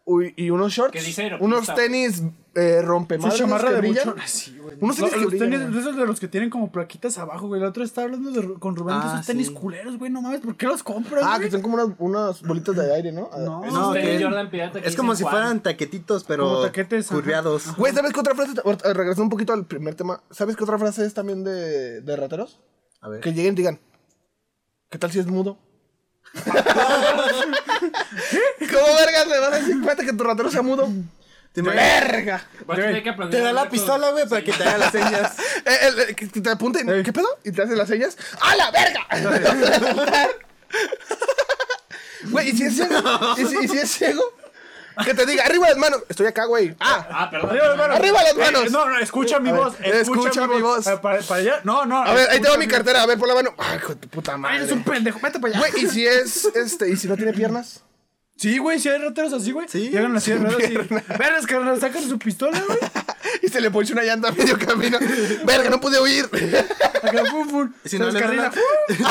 Speaker 2: uy, y unos shorts.
Speaker 5: ¿Qué dice aeropostal?
Speaker 2: unos tenis eh,
Speaker 6: Su
Speaker 2: rompemadres
Speaker 6: chamarra
Speaker 2: que
Speaker 6: de
Speaker 2: brillan.
Speaker 6: buchón. Así, güey.
Speaker 2: Unos tenis
Speaker 6: Lo-
Speaker 2: que
Speaker 6: los
Speaker 2: brillan,
Speaker 6: tenis
Speaker 2: güey.
Speaker 6: de esos de los que tienen como plaquitas abajo, güey. El otro está hablando de- con Rubén de
Speaker 4: Ah,
Speaker 6: esos tenis
Speaker 4: sí.
Speaker 6: culeros, güey. No mames, ¿por qué los compras?
Speaker 2: Ah, que
Speaker 6: güey?
Speaker 2: son como unas, unas bolitas de aire, ¿no?
Speaker 6: No.
Speaker 5: Es
Speaker 4: No,
Speaker 5: un tenis
Speaker 4: que-
Speaker 5: Este Jordan pirata que
Speaker 4: Es
Speaker 5: dice
Speaker 4: como si
Speaker 5: Juan.
Speaker 4: fueran taquetitos, pero
Speaker 6: Como taquetes, ajá.
Speaker 4: curveados.
Speaker 2: Güey, ¿sabes qué otra frase? ahorita, Regresando un poquito al primer tema. ¿Sabes qué otra frase es también de, de rateros?
Speaker 4: A ver.
Speaker 2: Que lleguen y digan, ¿qué tal si es mudo? ¿Cómo vergas le vas a decir cuenta que tu ratero sea mudo?
Speaker 4: ¿Te, imaginas?
Speaker 2: ¡Verga!
Speaker 5: Vas a tener que aprender
Speaker 4: Te
Speaker 5: a
Speaker 4: da la
Speaker 5: hablar con-
Speaker 4: pistola, güey, para que te haga las señas.
Speaker 2: Eh, el- el que te apunta y, ¿qué pedo? Y te hace las señas. ¡A la verga! Güey, ¿y si es ciego? ¿Y si, y si es ciego? Que te diga, arriba las manos. Estoy acá, güey. Ah,
Speaker 5: Ah, perdón.
Speaker 6: Arriba las manos.
Speaker 2: Arriba las manos.
Speaker 6: Eh, no, no, escucha mi
Speaker 2: A ver,
Speaker 6: voz. Escucha, mi voz. Eh, para, para allá. No, no.
Speaker 2: a ver, ahí tengo mi cartera. A ver, por la mano. Ay, hijo de tu puta madre.
Speaker 6: Eres un pendejo. Vete para allá.
Speaker 2: Güey, ¿y si es, este, y si no tiene piernas?
Speaker 6: Sí, güey, si hay rateros así, güey.
Speaker 4: Sí.
Speaker 6: Llegan así de ruedas y. Vergas, carnal, sacan su pistola, güey.
Speaker 2: Y se le ponche una llanta a medio camino. Verga, no pude huir.
Speaker 6: Acá, pum, pum.
Speaker 4: Si
Speaker 6: Se
Speaker 4: no le da
Speaker 6: descarrila.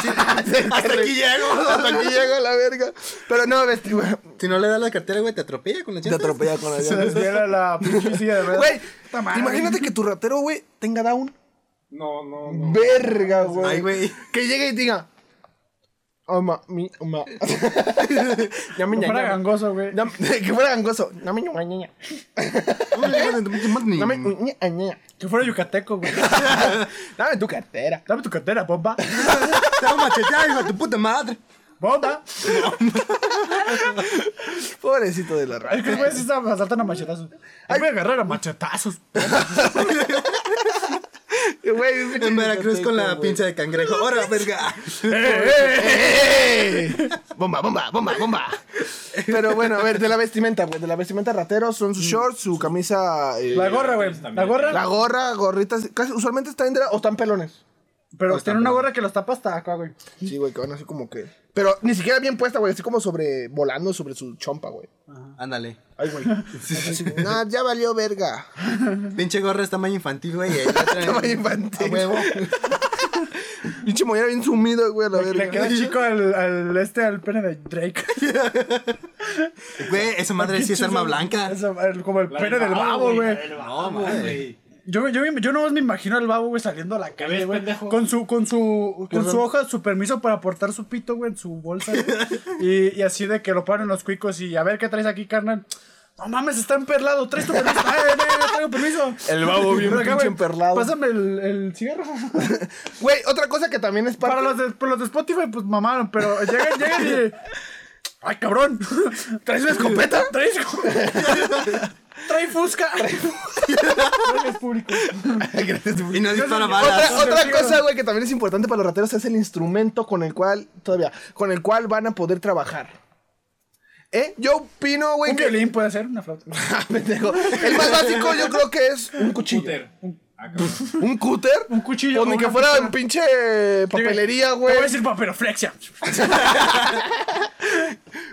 Speaker 4: la- Si- Hasta aquí llego.
Speaker 2: Hasta aquí llego, la verga. Pero no, vestido.
Speaker 4: Si no le das la cartera, güey, te atropella con la llanta.
Speaker 2: con la
Speaker 6: Se desviela la pinche silla de ruedas.
Speaker 2: Güey,
Speaker 6: Puta madre.
Speaker 2: imagínate que tu ratero, güey, tenga down.
Speaker 5: No, no, no.
Speaker 2: Verga, güey.
Speaker 4: Ay, güey.
Speaker 2: Que llegue y diga. Oh, ma, mi, ma. ya me
Speaker 6: Que fuera
Speaker 2: ñaña.
Speaker 6: gangoso, güey.
Speaker 2: Ya- Que fuera gangoso. No me ñaña, ñaña. No me ñaña, ñaña.
Speaker 6: Que fuera yucateco, güey.
Speaker 2: Dame tu cartera.
Speaker 6: Dame tu cartera, bomba.
Speaker 4: Te va a machetear, hijo de tu puta madre.
Speaker 6: Bomba.
Speaker 2: Pobrecito de la rata.
Speaker 6: Es que, güey, sí se asaltan a machetazos. Ay, voy a agarrar a machetazos.
Speaker 2: Güey, es
Speaker 4: En Veracruz con la
Speaker 2: güey.
Speaker 4: pinza de cangrejo. Ahora, verga.
Speaker 2: ¡Ey! Bomba, bomba, bomba, bomba. Pero bueno, a ver, de la vestimenta, pues, de la vestimenta ratero son sus shorts, su camisa, eh,
Speaker 6: La gorra, güey. La gorra.
Speaker 2: la gorra, gorritas, casi usualmente están de la- o están pelones.
Speaker 6: Pero tiene una gorra que los tapa hasta acá, güey.
Speaker 2: Sí, güey, que van así como que. Pero ni siquiera bien puesta, güey, así como sobre volando sobre su chompa, güey.
Speaker 4: Ándale.
Speaker 2: Ay, güey. Así, nah, ya valió verga.
Speaker 4: Pinche gorra es tamaño infantil, güey. y ahí la traen.
Speaker 2: Tamaño
Speaker 4: A
Speaker 2: infantil.
Speaker 4: huevo.
Speaker 2: Pinche mollera bien sumido, güey, a la
Speaker 6: Le
Speaker 2: verga.
Speaker 6: queda chico al, al este, al pene de Drake.
Speaker 4: Güey, esa madre sí es arma blanca.
Speaker 6: Esa- el- como el
Speaker 5: La
Speaker 6: pene del babo,
Speaker 5: la
Speaker 6: güey.
Speaker 5: del babo, güey.
Speaker 6: Yo, yo, yo nomás me imagino al babo, güey, saliendo a la calle,
Speaker 5: ves,
Speaker 6: güey.
Speaker 5: pendejo?
Speaker 6: Con su, con su, con su hoja, su permiso para portar su pito, güey, en su bolsa. güey. y, y así de que lo paren los cuicos y a ver qué traes aquí, carnal. No mames, está emperlado. Traes tu permiso. Ay, no, no traigo permiso.
Speaker 2: El babo bien
Speaker 6: Pero acá,
Speaker 2: pinche
Speaker 6: güey,
Speaker 2: emperlado.
Speaker 6: Pásame el, el cigarro.
Speaker 2: Güey, otra cosa que también es parte.
Speaker 6: Para los de, para los de Spotify, pues mamaron, pero llegan, llegan y. ¡Ay, cabrón! ¿Traes una escopeta? ¿Traes escopeta? ¡Trae fusca! Gracias, público.
Speaker 2: Gracias,
Speaker 4: Y no dispara balas.
Speaker 2: Otra,
Speaker 6: Gracias,
Speaker 2: otra
Speaker 6: amigo.
Speaker 2: cosa, güey, que también es importante para los rateros es el instrumento con el cual, todavía, con el cual van a poder trabajar. ¿Eh? Yo opino, güey.
Speaker 6: Un
Speaker 2: que-
Speaker 6: violín puede ser una flauta.
Speaker 2: Ah, pendejo. El más básico yo creo que es un cuchillo.
Speaker 5: Scooter. Ah, cabrón.
Speaker 2: ¿Un cúter?
Speaker 6: Un cuchillo
Speaker 2: O ni
Speaker 6: o
Speaker 2: que
Speaker 6: una
Speaker 2: fuera
Speaker 6: pistola.
Speaker 2: en pinche eh, papelería,
Speaker 6: Te
Speaker 2: güey.
Speaker 6: Voy a decir papiroflexia.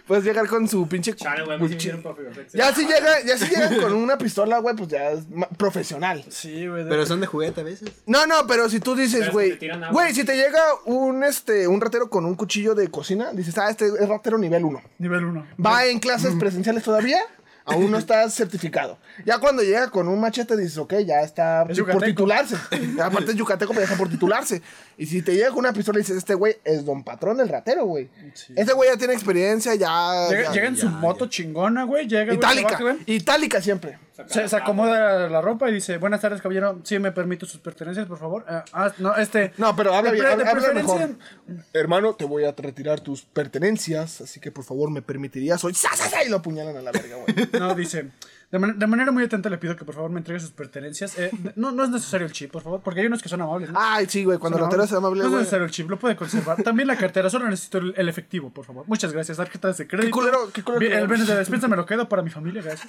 Speaker 2: Puedes llegar con su pinche.
Speaker 5: Chale, güey, a mí sí me hicieron papiroflexia.
Speaker 2: Ya si llega, ya si llegan con una pistola, güey, pues ya es ma- profesional.
Speaker 6: Sí, güey.
Speaker 4: Pero son de juguete a veces.
Speaker 2: No, no, pero si tú
Speaker 5: Pero
Speaker 2: dices,
Speaker 5: si
Speaker 2: güey,
Speaker 5: te tiran agua.
Speaker 2: güey, si te llega un este un ratero con un cuchillo de cocina, dices, "Ah, este es ratero nivel 1."
Speaker 6: Nivel 1.
Speaker 2: Va en clases presenciales todavía, aún no está certificado. Ya cuando llega con un machete dices, ok, ya está
Speaker 6: Es
Speaker 2: por
Speaker 6: yucateco".
Speaker 2: titularse. Aparte es yucateco, pero ya está por titularse. Y si te llega con una pistola y dices, este güey es don patrón del ratero, güey. Este güey ya tiene experiencia, ya...
Speaker 6: Llega,
Speaker 2: ya-
Speaker 6: llega en su
Speaker 4: ya,
Speaker 6: moto chingona, güey. Llega, güey,
Speaker 2: itálica,
Speaker 6: se baja, güey,
Speaker 2: itálica siempre.
Speaker 6: Se, se acomoda la ropa y dice, buenas tardes, caballero. Sí, me permito sus pertenencias, por favor. Ah, ah, no, este...
Speaker 2: No, pero habla
Speaker 6: de
Speaker 2: bien,
Speaker 6: pre-
Speaker 2: habla,
Speaker 6: de
Speaker 2: habla
Speaker 6: preferencia-
Speaker 2: mejor. Hermano, te voy a retirar tus pertenencias, así que por favor me permitirías hoy... ¡Sa, sa, sa! Y lo apuñalan a la verga, güey.
Speaker 6: No, dice. De, man- de manera muy atenta le pido que por favor me entregue sus pertenencias. Eh, de- no, no es necesario el chip, por favor, porque hay unos que son amables. ¿no?
Speaker 2: Ay, sí, güey, Ah, cuando el
Speaker 6: Son
Speaker 2: ratero se amable,
Speaker 6: No es
Speaker 2: güey.
Speaker 6: necesario el chip, lo puede conservar. También la cartera, solo necesito el, el efectivo, por favor. Muchas gracias, tarjetas de crédito.
Speaker 2: culero, qué culero
Speaker 6: Bien,
Speaker 2: que
Speaker 6: El
Speaker 2: lo-
Speaker 6: viernes de la despensa me lo quedo para mi familia, gracias.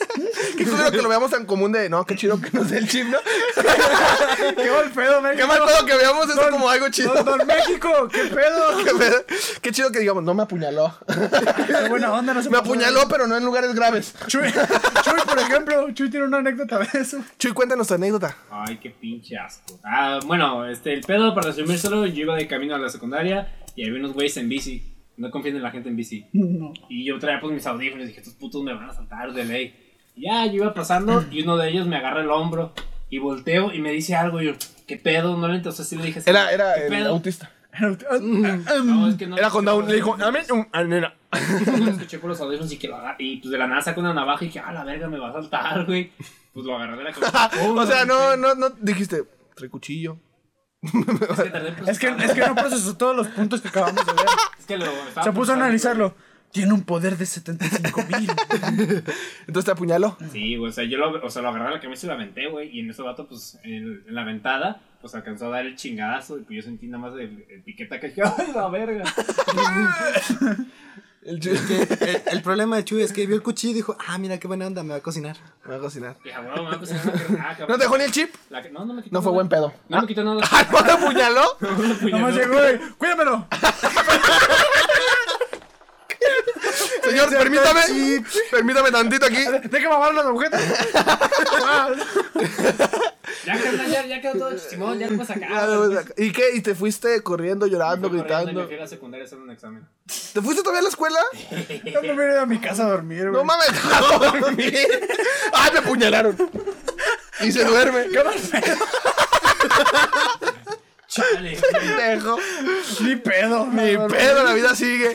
Speaker 2: Qué culero que lo veamos tan común de, no, qué chido que nos dé el chip, ¿no?
Speaker 6: ¡Qué mal pedo,
Speaker 2: Qué
Speaker 6: México!
Speaker 2: mal pedo que veamos eso como algo chido.
Speaker 6: Don, don México! ¡Qué pedo!
Speaker 2: Qué pedo. Qué chido que digamos, no me apuñaló.
Speaker 6: Qué buena onda, no se
Speaker 2: Me
Speaker 6: pasó de-
Speaker 2: apuñaló, pero no en lugares graves.
Speaker 6: Chuy, Chuy, por ejemplo, Chuy tiene una anécdota de eso.
Speaker 2: Chuy, cuéntanos tu anécdota.
Speaker 5: Ay, qué pinche asco. Ah, bueno, este, el pedo, para resumir solo, yo iba de camino a la secundaria y había unos güeyes en bici. No confíen en la gente en bici.
Speaker 6: No.
Speaker 5: Y yo traía pues mis audífonos y dije, estos putos me van a saltar de ley. Y ya, yo iba pasando y uno de ellos me agarra el hombro y volteo y me dice algo. Y yo, ¿qué pedo? No le entonces sí le dije así.
Speaker 2: Era, era
Speaker 5: ¿qué
Speaker 2: el
Speaker 5: pedo?
Speaker 2: autista.
Speaker 5: No, es que no.
Speaker 2: Era con Down.
Speaker 5: no,
Speaker 2: Le dijo, "Ah, dame
Speaker 6: um,
Speaker 2: un
Speaker 6: ah,
Speaker 2: anera.
Speaker 5: Lo escuché por los audífonos y que lo agarra. Y pues de la nada saca una navaja y dije, ah, la verga, me va a saltar, güey. Pues lo agarré de la cabeza.
Speaker 2: O sea, no, no, no dijiste, trae cuchillo.
Speaker 5: Es que, tardé en
Speaker 6: Es que,
Speaker 5: procesarlo.
Speaker 6: es que no procesó todos los puntos que acabamos de ver.
Speaker 5: Es que lo estaba
Speaker 6: Se puso a
Speaker 5: procesando,
Speaker 6: analizarlo. Tiene un poder de 75 mil.
Speaker 2: Entonces te apuñaló.
Speaker 5: Sí, güey, o sea, yo lo, o sea, lo agarré de la camisa y lo aventé, güey. Y en ese vato, pues, en, en la ventada, pues alcanzó a dar el chingadazo. Y pues yo sentí nada más el, el piquete acá. y dije, ¡Ay, la verga!
Speaker 2: El Chuy.
Speaker 4: El, el problema de Chuy es que vio el cuchillo y dijo, ah, mira qué buena onda, me va a cocinar.
Speaker 2: Me va a cocinar.
Speaker 5: Dije, "Ah, "Huevo, me va a cocinar una carnaca,
Speaker 2: ¿No
Speaker 5: güey".
Speaker 2: te dejó ni el chip?
Speaker 5: La que- no, no me quitó
Speaker 2: No fue
Speaker 5: nada.
Speaker 2: buen pedo.
Speaker 5: No me quitó nada.
Speaker 2: Ah, ¿No te apuñaló?
Speaker 5: No me apuñaló.
Speaker 6: Nomás llegó y, cuídamelo.
Speaker 2: Señor, permítame. Permítame tantito aquí.
Speaker 6: Deja mamar los objetos.
Speaker 5: Ya quedó, ya, ya quedó todo Simón, ya lo puedes sacar.
Speaker 2: Ah, no, o sea, ¿Y qué? ¿Y te fuiste corriendo, llorando,
Speaker 5: Fui corriendo y
Speaker 2: gritando?
Speaker 5: me fui a la secundaria a hacer un examen.
Speaker 2: ¿Te fuiste todavía a la escuela?
Speaker 6: Yo me voy a ir a mi casa a dormir, güey.
Speaker 2: No mames, a dormir. ¡Ay, me apuñalaron! Y se duerme.
Speaker 6: ¿Qué mal pedo?
Speaker 5: Chale.
Speaker 2: Pendejo.
Speaker 6: Ni pedo.
Speaker 2: Mi
Speaker 6: no, no,
Speaker 2: pedo, la vida sigue.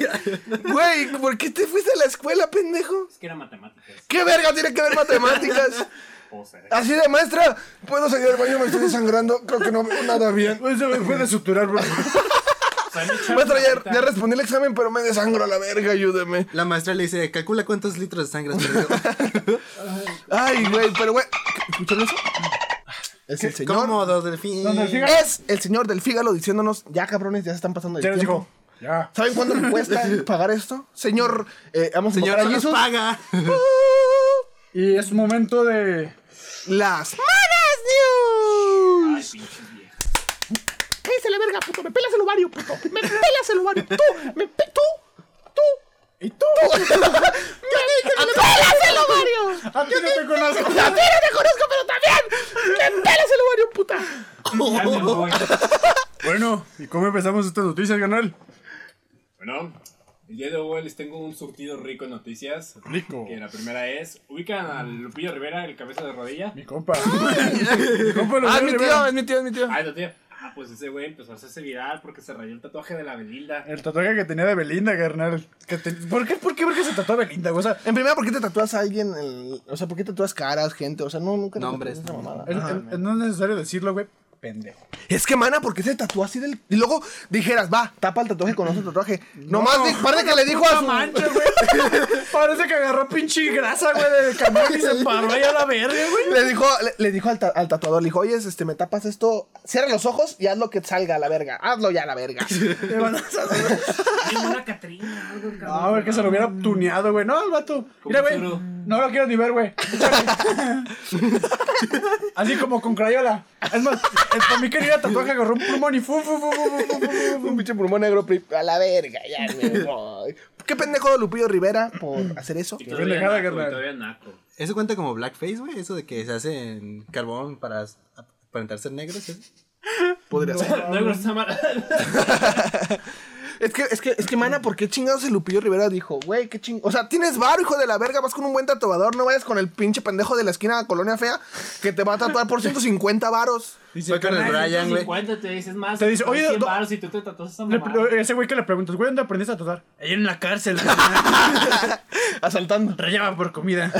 Speaker 2: Güey, ¿por qué te fuiste a la escuela, pendejo?
Speaker 5: Es que era matemáticas.
Speaker 2: ¿Qué verga tiene que ver matemáticas?
Speaker 5: O sea,
Speaker 2: Así de maestra, puedo salir del baño, me estoy sangrando, creo que no veo nada bien.
Speaker 6: no. Se me fue de suturar, bro.
Speaker 5: o sea, me echaron
Speaker 2: Maestra, ya,
Speaker 5: ahorita.
Speaker 2: ya respondí el examen, pero me desangro a la verga, ayúdeme.
Speaker 4: La maestra le dice, calcula cuántos litros de sangre has perdido.
Speaker 2: Ay, güey, pero güey, ¿escucharon eso? Es el señor.
Speaker 4: ¿Cómo, don Delfín?
Speaker 6: Don Delfín.
Speaker 2: Es el señor del Fígalo diciéndonos, ya cabrones, ya se están pasando de
Speaker 6: Ya les
Speaker 2: tiempo.
Speaker 6: dijo, ya.
Speaker 2: ¿Saben cuánto me cuesta pagar esto? Señor, eh, vamos a
Speaker 4: Señor,
Speaker 2: invocar
Speaker 4: no
Speaker 2: a
Speaker 4: nos
Speaker 2: Jesús.
Speaker 4: paga.
Speaker 6: Y es momento de...
Speaker 2: Las malas
Speaker 5: Ay,
Speaker 2: news.
Speaker 5: pinche vieja.
Speaker 2: Cállese la verga, puto. Me pelas el ovario, puto. Me pelas el ovario. Tú, me pe tú, tú. Y tú. Yo te dije que me pelas el ovario.
Speaker 6: A ti no te conozco.
Speaker 2: A ti no te conozco, pero también. Me pelas el ovario, puta.
Speaker 5: Ya me voy.
Speaker 6: Bueno, ¿y cómo empezamos estas noticias, canal?
Speaker 5: Bueno, el día de hoy les tengo un surtido rico de noticias.
Speaker 6: Rico.
Speaker 5: Que la primera es, ubican a Lupillo Rivera, el cabeza de rodilla.
Speaker 6: Mi compa. mi compa lo
Speaker 2: Ah, es mi
Speaker 6: tiene
Speaker 2: tío,
Speaker 6: Rivera.
Speaker 2: es mi tío, es mi tío.
Speaker 5: Ay, no, tío. Ah, pues ese güey empezó a hacerse viral porque se rayó el tatuaje de la Belinda.
Speaker 6: El tatuaje que tenía de Belinda, carnal. Que te- ¿Por qué? ¿Por qué? ¿Por qué se tatuó Belinda, güey? O sea,
Speaker 2: En primera, ¿por qué te tatúas a alguien? en- O sea, ¿por qué te tatúas caras, gente? O sea, no, nunca te
Speaker 4: Nombres,
Speaker 2: tatúas esa mamada.
Speaker 6: el- el- no es necesario decirlo, güey. pendejo.
Speaker 2: Es que, mana, ¿por qué se tatuó así del.? Y luego dijeras, va, tapa el tatuaje con otro tatuaje. Nomás, di- parece que le dijo a
Speaker 6: Puta
Speaker 2: su.
Speaker 6: mancha, güey. Parece que agarró pinche grasa, güey, del camión y se paró ahí a la verga, güey.
Speaker 2: Le dijo, le, le dijo al, ta- al tatuador, le dijo, oye, este, me tapas esto, cierra los ojos y haz lo que salga a la verga. Hazlo ya a la verga.
Speaker 6: Le van a hacer-
Speaker 5: Tengo una Catrina, algo, cabrón.
Speaker 6: No, güey, que se lo hubiera tuneado, güey. No, el vato. Mira, güey.
Speaker 5: seguro.
Speaker 6: No lo quiero ni ver, güey. Échale. Así como con Crayola. Es más, el- para mí quería tatuaje, agarró un plumón y fu, fu, fu, fu, fu, fu, fu, fu, fu.
Speaker 2: Un pinche pulmón negro pri- a la verga, ya me voy. Qué pendejo de Lupillo Rivera por hacer eso.
Speaker 5: Y
Speaker 6: Qué
Speaker 5: todavía
Speaker 6: pendejada,
Speaker 5: naco, y
Speaker 6: carnal.
Speaker 5: todavía naco.
Speaker 4: ¿Eso cuenta como blackface, güey? Eso de que se hacen carbón para as- aparentar ser negros. ¿eh?
Speaker 2: Podría ser.
Speaker 6: Ah,
Speaker 5: Negro está mal.
Speaker 2: Es que, es que, es que, mana, ¿por qué chingados el Lupillo Rivera dijo, güey, qué ching... O sea, tienes varo, hijo de la verga, vas con un buen tatuador, no vayas con el pinche pendejo de la esquina de la colonia fea que te va a tatuar por 150 varos.
Speaker 4: Fue con el Brian, güey.
Speaker 5: 50 te dices más.
Speaker 6: Te dice,
Speaker 5: son
Speaker 6: oye,
Speaker 5: 100
Speaker 6: do-
Speaker 5: baros y tú te tatuas esa
Speaker 6: Le-
Speaker 5: mamada.
Speaker 6: ese güey que le preguntas, güey, ¿dónde aprendiste a tatuar? Ahí en la cárcel.
Speaker 2: Asaltando.
Speaker 6: Rayaba por comida.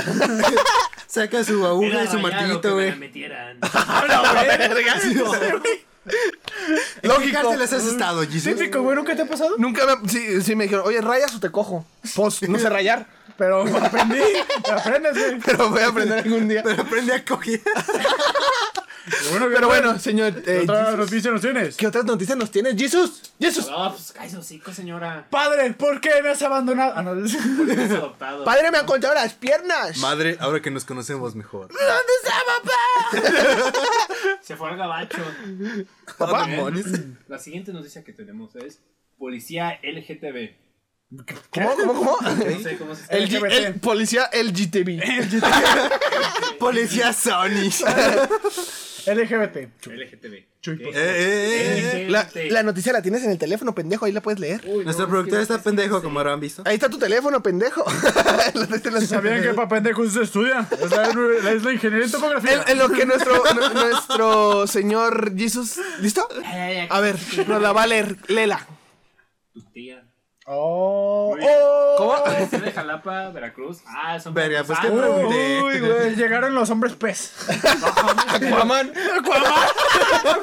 Speaker 4: Saca su aguja
Speaker 5: Era
Speaker 4: y su
Speaker 5: rayado que
Speaker 4: martillito,
Speaker 5: me
Speaker 4: güey.
Speaker 5: la metieran.
Speaker 4: ¿En qué cárceles has estado, Jesus?
Speaker 6: Típico, güey, ¿nunca te ha pasado?
Speaker 2: Nunca me. Sí, sí me dijeron, oye, ¿rayas o te cojo? Pues, no sé rayar,
Speaker 6: Pero aprendí. Aprendes, güey.
Speaker 2: pero voy a aprender algún día.
Speaker 4: Pero aprende a coger.
Speaker 2: Pero bueno, señor. eh,
Speaker 6: Otra
Speaker 2: Jesus,
Speaker 6: noticia nos tienes.
Speaker 2: ¿Qué otras noticias nos tienes, Jesus? Jesus.
Speaker 5: No, pues cállese hocico, señora.
Speaker 6: Padre, ¿por qué me has abandonado? Ah, no.
Speaker 5: Es adoptado.
Speaker 2: Padre, me han contado las piernas.
Speaker 4: Madre, ahora que nos conocemos mejor.
Speaker 2: ¿Dónde está, papá?
Speaker 5: Se fue al gabacho.
Speaker 2: Papá.
Speaker 5: Bien. La siguiente noticia que tenemos es policía LGTB.
Speaker 2: ¿Cómo, cómo, cómo?
Speaker 5: No sé cómo se
Speaker 2: El,
Speaker 5: escribe.
Speaker 2: G- el policía LGTB.
Speaker 4: Policía Sony.
Speaker 6: LGBT.
Speaker 2: Eh,
Speaker 5: LGTB.
Speaker 6: Chuy,
Speaker 5: Ok.
Speaker 6: por
Speaker 2: pues,
Speaker 4: Eh, eh, eh, eh.
Speaker 5: LGTB.
Speaker 2: La, la noticia la tienes en el teléfono, pendejo, ahí la puedes leer.
Speaker 5: Uy, no,
Speaker 4: Nuestro
Speaker 5: es
Speaker 4: productor
Speaker 5: que-
Speaker 4: está pendejo, como habrán visto.
Speaker 2: Ahí está tu teléfono, pendejo. Lo tienes en el-
Speaker 6: ¿Sabían que para pendejos se estudia? Es la, es la ingeniería en topografía.
Speaker 2: En, en lo que nuestro, nu- nuestro señor Jesus. ¿Listo?
Speaker 5: Ay, ay,
Speaker 2: A ver, nos la va a leer. Lela.
Speaker 5: Tu tía.
Speaker 6: Oh,
Speaker 5: Muy bien.
Speaker 6: oh.
Speaker 5: Ah, es de Jalapa, Veracruz. Ah, son
Speaker 4: Verga, pues,
Speaker 5: veracruzanos.
Speaker 4: qué pregunta.
Speaker 6: Uy, güey. Llegaron los hombres pez.
Speaker 2: Aquaman.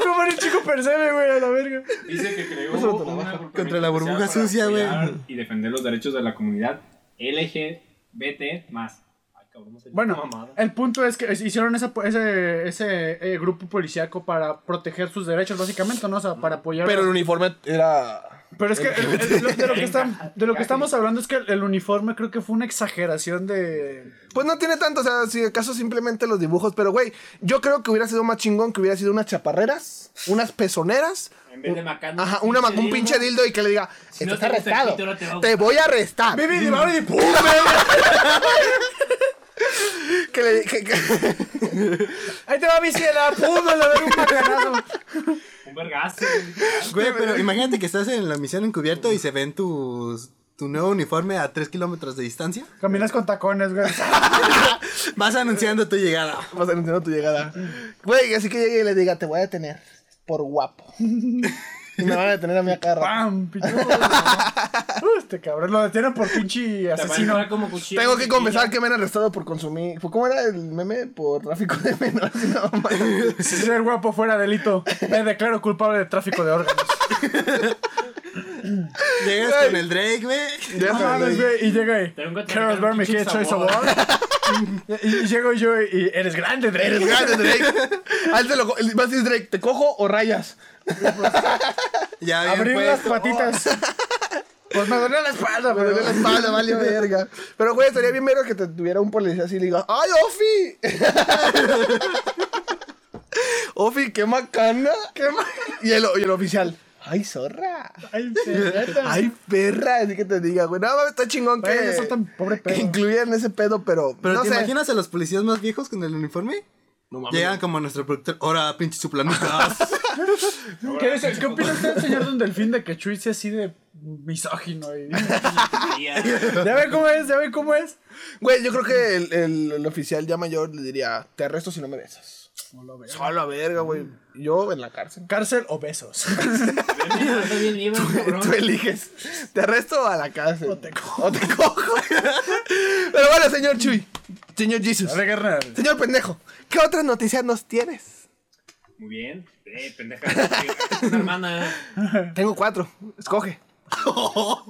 Speaker 6: ¿Cómo el chico percebe, güey? A la verga.
Speaker 5: Ah, Dice que creó
Speaker 2: Eso lo
Speaker 5: una
Speaker 2: Pues, trabaja.
Speaker 5: agrupación
Speaker 4: Contra la burbuja
Speaker 5: especial para
Speaker 4: sucia, güey.
Speaker 5: apoyar Y defender los derechos de la comunidad LGBT más. Ay, cabrón, no sé.
Speaker 6: Bueno,
Speaker 5: Mamada.
Speaker 2: eh,
Speaker 6: el punto es que hicieron esa- ese, ese eh, grupo policíaco para proteger sus derechos, básicamente, ¿no? O sea, para apoyar.
Speaker 2: Pero el uniforme era.
Speaker 6: Pero es que el- el- lo- de, lo que están- de lo que estamos hablando es que el, el uniforme creo que fue una exageración de.
Speaker 2: Pues no tiene tanto, o sea, si acaso simplemente los dibujos, pero güey, yo creo que hubiera sido más chingón que hubiera sido unas chaparreras, unas pezoneras.
Speaker 5: En vez de
Speaker 2: un-
Speaker 5: macando
Speaker 2: Ajá,
Speaker 5: un
Speaker 2: una, ma-
Speaker 5: pinche
Speaker 2: un pinche
Speaker 5: dildo.
Speaker 2: dildo y que le diga,
Speaker 5: Si no
Speaker 2: estás
Speaker 5: te gusta el
Speaker 2: arrestado,
Speaker 5: pito, no te va a
Speaker 2: te voy a arrestar.
Speaker 6: Vivi, de Barbie, pum,
Speaker 2: Que le- que- que-
Speaker 6: Ahí te va mi ciela, pum, a la verga, un macanazo.
Speaker 5: Un vergazo.
Speaker 4: Güey, pero imagínate que estás en la misión encubierto y se ven tus. Tu nuevo uniforme a 3 kilómetros de distancia.
Speaker 6: Caminas con tacones, güey.
Speaker 4: Vas anunciando tu llegada.
Speaker 2: Vas anunciando tu llegada. Güey, así que llegue y le diga, te voy a detener por guapo. Y me van a detener a mi acá.
Speaker 6: ¡Pam! Pichu, no. Este cabrón lo detienen por pinche
Speaker 5: Te va a
Speaker 6: asesino.
Speaker 5: entrar como cuchillo.
Speaker 2: Tengo que confesar que me han arrestado por consumir. ¿Cómo era el meme? Por tráfico de menores. No, mames.
Speaker 6: Si ser guapo fuera delito, me declaro culpable de tráfico de órganos.
Speaker 4: Llegas
Speaker 2: Güey.
Speaker 4: con el Drake, güey.
Speaker 2: Ya
Speaker 6: No
Speaker 2: se lo
Speaker 6: mames,
Speaker 2: digo.
Speaker 6: güey, y llega y.
Speaker 5: Tengo que
Speaker 6: Carol
Speaker 5: tener
Speaker 6: Berme,
Speaker 5: un
Speaker 6: ¿qué
Speaker 5: pinche
Speaker 6: soy
Speaker 5: sabor".
Speaker 6: sabor? Y, y llego yo y eres grande, Drake.
Speaker 2: Eres grande, Drake. A él te lo co- el- Vas a decir, Drake, ¿te cojo o rayas?
Speaker 4: Ya bien
Speaker 6: Abrir las
Speaker 4: puesto.
Speaker 6: patitas. Pues me dolió la espalda,
Speaker 2: Me
Speaker 6: pero.
Speaker 2: duele la espalda, vale verga. Pero, güey, estaría bien verga que te tuviera un policía así y le diga, ¡ay, Ofi! Ofi, qué macana. Y el, y el oficial, ¡ay, zorra!
Speaker 6: Ay, mierda.
Speaker 2: ¡Ay, perra! Así que te diga, güey, no, mames, está chingón que,
Speaker 6: Güey, eso tan pobre
Speaker 2: que
Speaker 6: pedo.
Speaker 2: incluyan ese pedo, pero,
Speaker 4: Pero
Speaker 2: no
Speaker 4: ¿te
Speaker 2: sé.
Speaker 4: imaginas a los policías más viejos con el uniforme? Llegan como nuestro productor. Ahora, pinche suplanucas.
Speaker 6: ¿Qué, dice- ¿Qué opina usted, señor Don Delfín, de que Chuy sea así de misógino? Y... Ya ve cómo es, ya ve cómo es.
Speaker 2: Güey, yo creo que el, el- el oficial ya mayor le diría, te arresto si no me besas. Solo verga, güey. Yo en la cárcel.
Speaker 6: Cárcel o besos.
Speaker 5: Ando bien libre, cabrón.
Speaker 2: Tú eliges. ¿Te arresto o a la cárcel? O te cojo. Pero bueno, señor Chuy. Señor Jesus.
Speaker 6: Dale, carnal.
Speaker 2: Señor pendejo. ¿Qué otras noticias nos tienes?
Speaker 5: Muy bien. Eh, pendeja. Una hermana.
Speaker 2: Tengo cuatro. Escoge.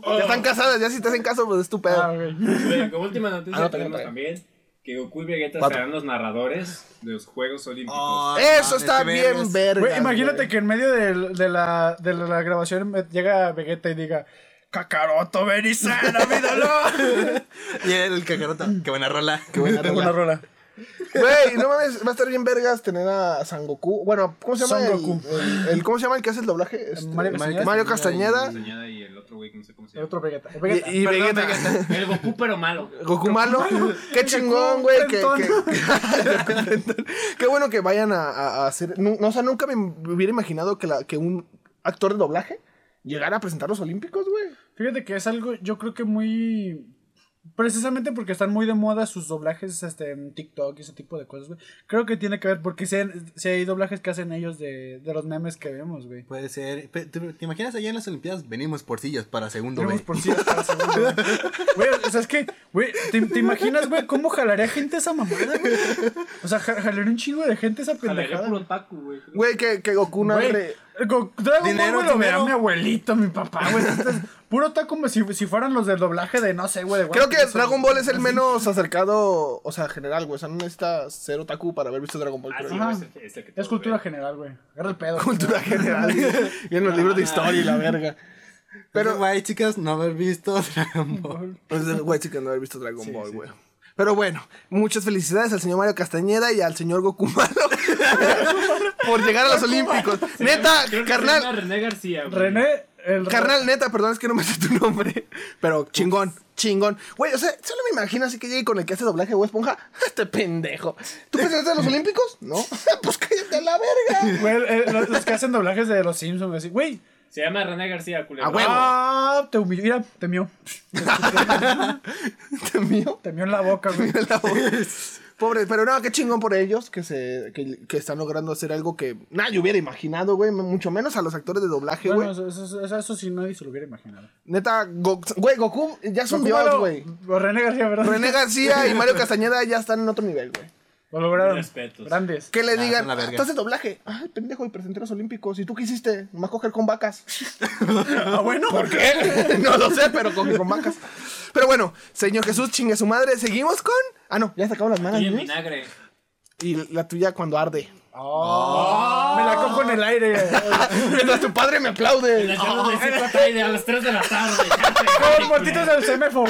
Speaker 2: ya están casadas, ya si te hacen caso, pues es tu pedo.
Speaker 6: Ah, ok.
Speaker 5: Bueno, como última noticia
Speaker 2: Anota,
Speaker 5: tenemos
Speaker 2: anota.
Speaker 5: también que Goku y Vegeta
Speaker 2: Cuatro.
Speaker 5: serán los narradores de los Juegos Olímpicos.
Speaker 6: Ah.
Speaker 4: Oh,
Speaker 2: Eso
Speaker 4: mames,
Speaker 2: está
Speaker 4: qué
Speaker 2: bien
Speaker 4: vergas.
Speaker 2: verga.
Speaker 6: Güey, imagínate que en medio del- de, la, de la grabación me- llega Vegeta y diga: Kakaroto, ven y sana, mi dolor.
Speaker 4: Y el cacaroto. Qué buena rola. Qué
Speaker 2: buena
Speaker 6: Tengo una rola.
Speaker 2: Güey, no mames, va a estar bien vergas tener a San Goku. Bueno, ¿cómo se llama?
Speaker 6: Son
Speaker 2: el-
Speaker 6: Goku.
Speaker 2: El, el- ¿Cómo se llama el que hace el doblaje? Este,
Speaker 6: Mario Castañeda.
Speaker 2: Mario Castañeda.
Speaker 5: Castañeda y el otro güey que no sé cómo se
Speaker 6: El
Speaker 5: llama.
Speaker 6: otro Vegeta. El
Speaker 2: Y,
Speaker 6: Vegeta.
Speaker 2: y Vegeta.
Speaker 5: El Goku pero malo.
Speaker 2: Goku malo. Qué chingón, güey. Que,
Speaker 6: Pentón.
Speaker 2: que- qué bueno que vayan a, a- a hacer. nu- no, o sea, nunca me hubiera imaginado que, la, que un actor de doblaje llegara a presentar los Olímpicos, güey.
Speaker 6: Fíjate que es algo, yo creo que muy. Precisamente porque están muy de moda sus doblajes este, en TikTok y ese tipo de cosas, güey. Creo que tiene que ver porque si hay, sí hay doblajes que hacen ellos de, de los memes que vemos, güey.
Speaker 4: Puede ser. Pe- ¿Te te imaginas allá en las Olimpiadas? Venimos porcillos para segundo
Speaker 6: Tenemos
Speaker 4: B.
Speaker 6: por sí hasta el segundo, güey. Güey, o sea, es que, güey, ¿te, te imaginas, güey, cómo jalaría gente esa mamada, güey? O sea, ja- jalaría un chingo de gente esa
Speaker 5: Jalaría
Speaker 6: pendejada.
Speaker 5: puro otaku, güey.
Speaker 2: Güey, que, que Goku no
Speaker 6: Güey,
Speaker 2: re-
Speaker 6: Go- Dragon Ball,
Speaker 4: Dinero,
Speaker 6: güey, lo verá
Speaker 4: dinero.
Speaker 6: mi abuelito, mi papá, güey. Entonces, Puro está como si, si fueran los del doblaje de, no sé, güey. de
Speaker 2: Creo
Speaker 6: One
Speaker 2: que
Speaker 6: Piece o-
Speaker 2: Dragon Ball es el menos acercado, o sea, general, güey. O sea, no necesita ser otaku para haber visto Dragon Ball.
Speaker 5: Ah,
Speaker 2: creo.
Speaker 5: sí,
Speaker 6: Ajá.
Speaker 5: güey, es el- es el que
Speaker 6: Es
Speaker 5: todos
Speaker 6: cultura
Speaker 5: ven.
Speaker 6: general, güey. Agarra el pedo.
Speaker 2: Cultura general. Y en los libros de historia y la verga.
Speaker 4: Pero,
Speaker 2: Pero,
Speaker 4: guay, chicas, no haber visto Dragon Ball.
Speaker 2: Pues, güey, sí que no haber visto Dragon Ball, güey. Pero bueno, muchas felicidades al señor Mario Castañeda y al señor Goku Malo por llegar a los Olímpicos. Neta,
Speaker 5: Creo que se llama
Speaker 2: carnal,
Speaker 5: René García, güey.
Speaker 6: René, el
Speaker 2: carnal, neta, perdón, es que no me sé tu nombre, pero chingón, chingón. Güey, o sea, solo me imagino así que llegue con el que hace doblaje, güey, esponja, este pendejo. ¿Tú pensaste en los Olímpicos? No, pues cállate a la verga.
Speaker 6: Güey, el- el- los, los que hacen doblajes de los Simpsons, así, güey.
Speaker 5: Se llama René García, culero.
Speaker 2: A huevo.
Speaker 6: Ah, te humilló. Mira, te mió.
Speaker 2: Te mío.
Speaker 6: Te mió en la boca, güey.
Speaker 2: en la voz. Pobre, pero no, qué chingón por ellos que se que, que están logrando hacer algo que nadie hubiera imaginado, güey, mucho menos a los actores de doblaje, güey.
Speaker 6: Bueno, eso, eso, eso- eso sí nadie se lo hubiera imaginado.
Speaker 2: Neta, Go- güey, Goku ya es un
Speaker 6: Goku
Speaker 2: dios,
Speaker 6: Malo-
Speaker 2: güey.
Speaker 6: o René García, ¿verdad?
Speaker 2: René García y Mario Castañeda ya están en otro nivel, güey.
Speaker 6: Lo lograron.
Speaker 5: Respetos.
Speaker 6: Grandes.
Speaker 2: Que le
Speaker 4: Ah,
Speaker 2: digan,
Speaker 4: son la
Speaker 2: "Ah,
Speaker 4: verga".
Speaker 2: tú haces doblaje. Ay, pendejo, y presenté los olímpicos. ¿Y tú qué hiciste? Más coger con vacas.
Speaker 6: Ah, bueno.
Speaker 2: ¿Por qué? no lo sé, pero coger con vacas. Pero bueno, señor Jesús, chingue su madre. Seguimos con. Ah, no, ya se acabaron las malas.
Speaker 5: Y en
Speaker 2: news.
Speaker 5: vinagre.
Speaker 2: Y la tuya cuando arde. ¡Ah!
Speaker 6: Me la cojo en el aire.
Speaker 2: Mientras tu padre me aplaude.
Speaker 5: En las llamas de Cicuataide a las 3 de la tarde. ya,
Speaker 6: Con
Speaker 5: güey,
Speaker 6: motitos del CMFO.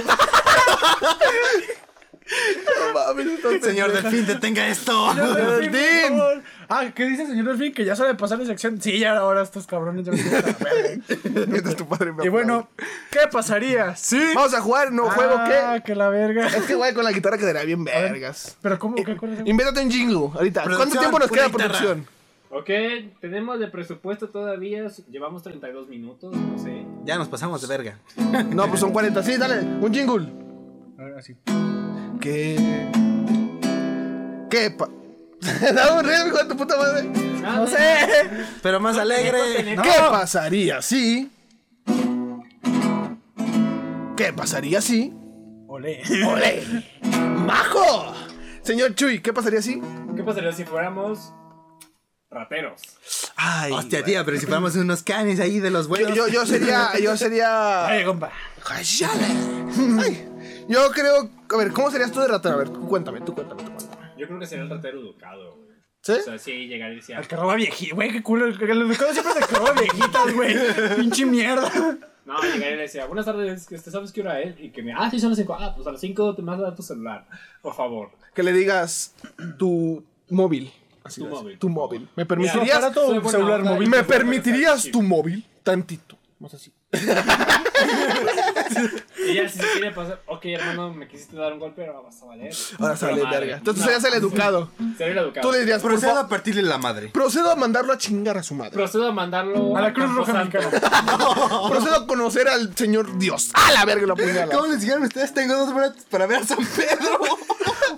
Speaker 2: No mames, entonces,
Speaker 4: Señor
Speaker 2: güey.
Speaker 4: Delfín, detenga esto.
Speaker 6: Delfín, por
Speaker 2: Delfín.
Speaker 6: favor. Ah, ¿qué dice el señor Delfín? Que ya sabe pasar la sección. Sí, ya ahora estos cabrones ya me tienen hasta la verga.
Speaker 2: Mientras tu padre me aplaude.
Speaker 6: Y bueno, ¿qué pasaría? Sí.
Speaker 2: vamos a jugar, no juego
Speaker 6: Ah,
Speaker 2: qué.
Speaker 6: que la verga.
Speaker 2: Es que, güey, con la guitarra quedaría bien vergas.
Speaker 6: Pero ¿cómo? ¿Qué cosa?
Speaker 2: Invéntate un jingle ahorita. ¿Cuánto
Speaker 4: Producción,
Speaker 2: tiempo nos
Speaker 4: una
Speaker 2: queda
Speaker 4: guitarra.
Speaker 2: producción?
Speaker 5: Ok, tenemos de presupuesto todavía. Llevamos 32 minutos, no sé.
Speaker 4: Ya nos pasamos de verga.
Speaker 2: No, pues son 40. Sí, dale, un jingle.
Speaker 6: Así.
Speaker 2: ¿Qué? ¿Qué? Pa da un ritmo, hijo de tu puta madre.
Speaker 5: No
Speaker 2: sé.
Speaker 4: Pero más alegre.
Speaker 5: No.
Speaker 2: ¿Qué pasaría si? ¿Qué pasaría si?
Speaker 6: Olé.
Speaker 2: ¡Ole! ¡Majo! Señor Chuy, ¿qué pasaría si?
Speaker 5: ¿Qué pasaría si fuéramos rateros?
Speaker 2: Ay,
Speaker 4: Hostia,
Speaker 2: güey.
Speaker 4: tía, pero si fuéramos unos canes ahí de los
Speaker 2: Yo,
Speaker 4: buenos.
Speaker 2: yo, yo sería, yo sería...
Speaker 6: Ay, compa.
Speaker 2: ¡Cállale! Ay, yo creo... A ver, ¿cómo serías tú de ratón? A ver, tú cuéntame, tú cuéntame, tú cuéntame.
Speaker 5: Yo creo que sería el ratero educado, güey.
Speaker 2: ¿Sí?
Speaker 5: O sea, sí, llegar y decir,
Speaker 6: Al que roba viejita. Güey, qué culo. El que el educado siempre se roba viejitas, güey. Pinche mierda.
Speaker 5: No, llegaría y le decía, buenas tardes, que usted sabes qué hora es. Y que me, ah, sí, son las 5. Ah, pues a las 5 te vas a dar tu celular, por favor.
Speaker 2: Que le digas tu móvil. Así
Speaker 5: Tu
Speaker 2: lo hace.
Speaker 5: móvil.
Speaker 2: Tu móvil. ¿Me
Speaker 5: Mira,
Speaker 2: permitirías?
Speaker 5: aparato soy
Speaker 6: tu
Speaker 5: buena
Speaker 6: celular
Speaker 5: onda,
Speaker 6: móvil.
Speaker 5: yo
Speaker 2: ¿Me
Speaker 5: soy buena
Speaker 2: permitirías
Speaker 5: persona,
Speaker 2: tu móvil? Tantito. Más así.
Speaker 5: sí. Y ya, si se quiere pasar, ok, hermano, me quisiste dar un golpe, ahora vas a valer.
Speaker 2: Ahora sale
Speaker 5: Pero madre,
Speaker 2: verga. Entonces
Speaker 5: no,
Speaker 2: serías el educado.
Speaker 5: Sería el educado.
Speaker 2: Tú le dirías, por
Speaker 4: Proceda
Speaker 2: favor,
Speaker 4: a partirle la madre.
Speaker 2: procedo a mandarlo a chingar a su madre.
Speaker 5: Procedo a mandarlo
Speaker 6: A la Cruz Roja
Speaker 5: Camposanto.
Speaker 6: Mexicana.
Speaker 2: Procedo a conocer al señor Dios. ¡A la verga! Lo apuñala.
Speaker 4: ¿Cómo les dijeron ustedes? Tengo dos boletos para ver a San Pedro.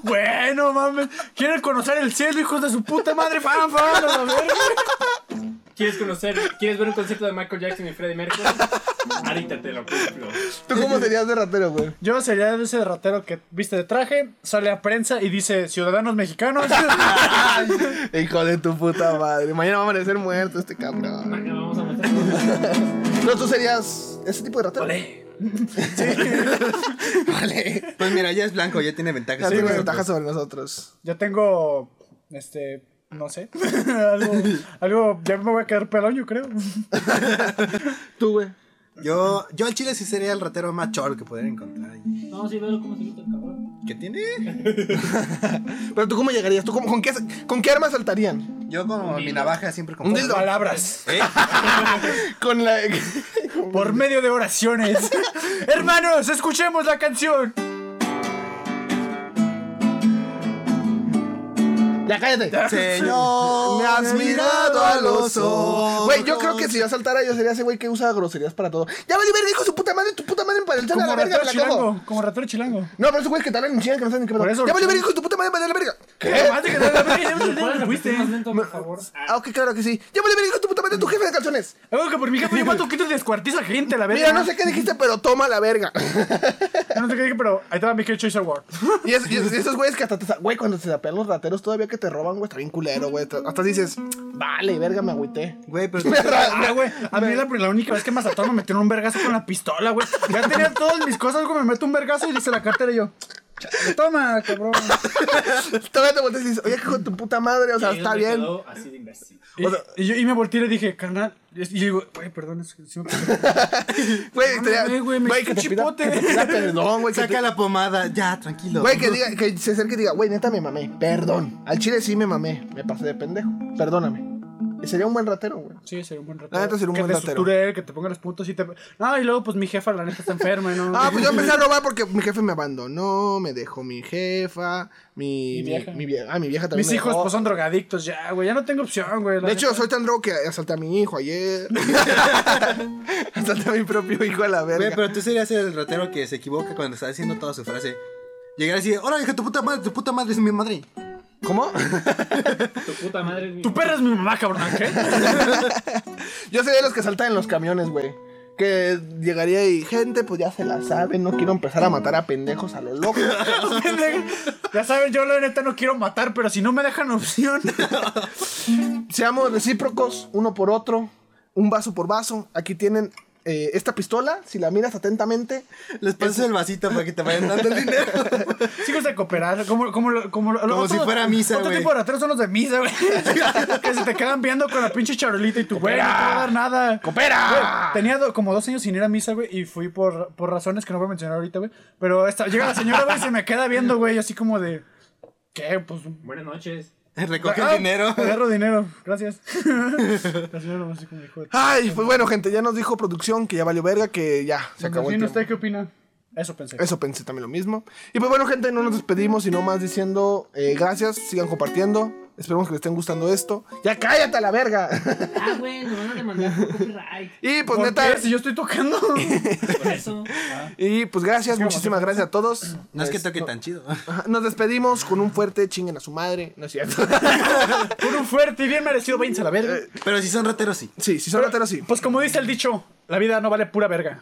Speaker 6: Bueno, mames. Quieren conocer el cielo, hijos de su puta madre. Fan, fan. A la verga.
Speaker 5: ¿Quieres conocer, quieres ver un concierto de Michael Jackson y Freddie Mercury? Ahorita te lo cumplo.
Speaker 2: ¿Tú cómo serías de ratero, güey?
Speaker 6: Yo sería ese ratero que viste de traje, sale a prensa y dice, ciudadanos mexicanos.
Speaker 2: Hijo de tu puta madre. Mañana va a amanecer muerto este cabrón.
Speaker 5: Mañana vamos a matar.
Speaker 2: No, tú serías ese tipo de ratero. Vale.
Speaker 4: Pues mira, ya es blanco, ya tiene ventajas.
Speaker 2: Ya
Speaker 4: sobre
Speaker 2: tiene
Speaker 4: nosotros.
Speaker 2: ventajas sobre nosotros.
Speaker 6: Yo tengo, este, no sé, algo, algo, ya me voy a quedar pelón, yo creo.
Speaker 2: Tú, güey.
Speaker 4: Yo, yo al chile sí sería el ratero más choro que pudiera encontrar.
Speaker 5: No, sí, veo cómo se quita el cabrón.
Speaker 4: ¿Qué tiene?
Speaker 2: Pero tú, ¿cómo llegarías? ¿Tú cómo- con, qué, con qué arma saltarían?
Speaker 4: Yo como mi navaja siempre con
Speaker 2: Un dildo.
Speaker 6: Palabras.
Speaker 4: ¿Eh?
Speaker 2: Con la.
Speaker 6: Por medio de oraciones. Hermanos, escuchemos la canción.
Speaker 2: ya cállate.
Speaker 4: Señor,
Speaker 2: Me has mirado a los ojos. Güey, yo creo que si yo saltara, yo sería ese güey que usa groserías para todo. Ya vale, verga, hijo de su puta madre, tu puta madre para el a
Speaker 6: Como
Speaker 2: la verga,
Speaker 6: ratero
Speaker 2: me la
Speaker 6: chilango.
Speaker 2: como.
Speaker 6: Como ratero chilango.
Speaker 2: No, pero esos güeyes que te hablan en chinga que no saben ni qué
Speaker 6: Por
Speaker 2: pedo.
Speaker 6: eso-
Speaker 2: Ya vale, verga, hijo de tu puta madre para la verga.
Speaker 6: ¿Qué? Más de que te la verga, ya me
Speaker 5: ¿Me puedes
Speaker 6: te fuiste.
Speaker 5: repetir más lento, por favor? Ah,
Speaker 2: Ah, ok, claro que sí. Ya vale, verga, hijo de tu puta madre, tu jefe de calzones.
Speaker 6: Algo que por mi jefe yo mato que te descuartiza gente, la verga.
Speaker 2: Mira, no sé qué dijiste, pero toma la verga.
Speaker 6: Yo no sé qué dije, pero ahí estaba mi Kid Choice Award.
Speaker 2: Y, es- y es- esos güeyes que hasta te. sa- Güey, cuando se apean los rateros, todavía que te roban, güey, está bien culero, güey. Hasta dices, vale, verga, me agüité.
Speaker 4: Güey, pero...
Speaker 6: Mira, ah, güey, a mí la, la única vez que Mazatón me metió en un vergazo con la pistola, güey. Ya tenía todas mis cosas, güey, me meto un vergazo y dice la cartera y yo. "Chale, Toma, cabrón.
Speaker 2: Todavía te volteas y dices, oye, hijo de tu puta madre, o sea,
Speaker 5: Elliot
Speaker 2: está
Speaker 5: me
Speaker 2: bien.
Speaker 5: quedó así de imbécil.
Speaker 6: Y, y yo, y me volteé y le dije, carnal. Y yo digo, güey, perdón, es que sí me
Speaker 2: Güey,
Speaker 6: Mames,
Speaker 2: estaría-
Speaker 6: güey, me
Speaker 2: güey,
Speaker 6: hice
Speaker 2: que te pida-
Speaker 6: chipote.
Speaker 2: que te pida perdón, güey. que
Speaker 4: Saca
Speaker 2: te-
Speaker 4: la pomada, ya, tranquilo.
Speaker 2: Güey, que diga, que se acerque y diga, güey, neta me mamé, perdón. Al chile sí me mamé, me pasé de pendejo, perdóname. Y sería un buen ratero, güey.
Speaker 6: Sí, sería un buen ratero.
Speaker 2: La neta sería un
Speaker 6: que
Speaker 2: buen
Speaker 6: te
Speaker 2: ratero.
Speaker 6: suture, que te ponga los puntos y te... No, y luego pues mi jefa la neta está enferma, ¿no?
Speaker 2: Ah, pues yo empecé a robar porque mi jefe me abandonó, me dejó mi jefa, mi,
Speaker 6: Mi vieja.
Speaker 2: mi vie- ah, mi vieja también.
Speaker 6: Mis
Speaker 2: me
Speaker 6: hijos
Speaker 2: dejó.
Speaker 6: pues son drogadictos ya, güey, ya no tengo opción, güey. la
Speaker 2: De
Speaker 6: neta.
Speaker 2: hecho, soy tan drogo que asalté a mi hijo ayer. asalté a mi propio hijo a la
Speaker 4: Güey,
Speaker 2: verga.
Speaker 4: pero tú serías el ratero que se equivoca cuando está diciendo toda su frase. Llegar así, hola hija, tu puta madre, tu puta madre es mi madre.
Speaker 2: ¿Cómo?
Speaker 5: Tu puta madre es mi.
Speaker 6: Tu perra es mi mamá, cabrón, ¿qué?
Speaker 2: Yo sería de los que saltan en los camiones, güey. Que llegaría y gente, pues ya se la sabe, no quiero empezar a matar a pendejos a lo loco.
Speaker 6: ya saben, yo la neta no quiero matar, pero si no me dejan opción.
Speaker 2: Seamos recíprocos, uno por otro, un vaso por vaso. Aquí tienen eh, esta pistola, si la miras atentamente.
Speaker 4: Les pasas el vasito para que te vayan dando el dinero.
Speaker 6: Chicos de cooperar, como, como, lo- como, lo-
Speaker 4: Como si fuera misa,
Speaker 6: Otro
Speaker 4: güey.
Speaker 6: tipo de rateros son los de misa, güey. que se te quedan viendo con la pinche charolita y tu güey, no te va a dar nada.
Speaker 2: ¡Coopera!
Speaker 6: Güey, tenía do- como dos años sin ir a misa, güey, y fui por, por razones que no voy a mencionar ahorita, güey. Pero esta, llega la señora, güey, y se me queda viendo, güey, así como de. ¿Qué? Pues.
Speaker 5: Buenas noches.
Speaker 4: Recoge
Speaker 6: ah,
Speaker 4: el dinero.
Speaker 6: Agarro dinero, gracias. la señora, así como dijo. "Ah,
Speaker 2: Ay, pues bueno, gente, ya nos dijo producción que ya valió verga, que ya
Speaker 6: Pues
Speaker 2: se acabó el tiempo.
Speaker 6: ¿Usted qué opina? Eso pensé.
Speaker 2: Eso pensé también lo mismo. Y pues bueno, gente, no nos despedimos, sino más diciendo eh, gracias, sigan compartiendo. Esperemos que les estén gustando esto. ¡Ya cállate a la verga!
Speaker 5: Ah, güey, nos van a demandar por copyright.
Speaker 2: y pues
Speaker 6: ¿Por
Speaker 2: neta.
Speaker 6: qué? Si yo estoy tocando.
Speaker 5: Por eso. ah.
Speaker 2: Y pues gracias, muchísimas gracias a todos.
Speaker 4: No es que
Speaker 2: Pues,
Speaker 4: toque
Speaker 2: no-
Speaker 4: tan chido.
Speaker 2: Ajá, Nos despedimos con un fuerte chinguen a su madre, ¿no es cierto? Eh,
Speaker 6: Por un fuerte y bien merecido, váyanse a la verga.
Speaker 4: Pero si son rateros, sí.
Speaker 2: sí, si son rateros, sí.
Speaker 6: Pues como dice el dicho, la vida no vale pura verga.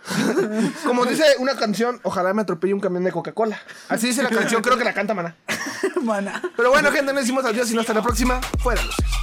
Speaker 2: Como dice una canción, ojalá me atropelle un camión de Coca-Cola. Así dice la canción, creo que la canta Maná.
Speaker 6: Mana.
Speaker 2: Pero bueno, gente, nos decimos adiós y no hasta la próxima. Fuera. luces.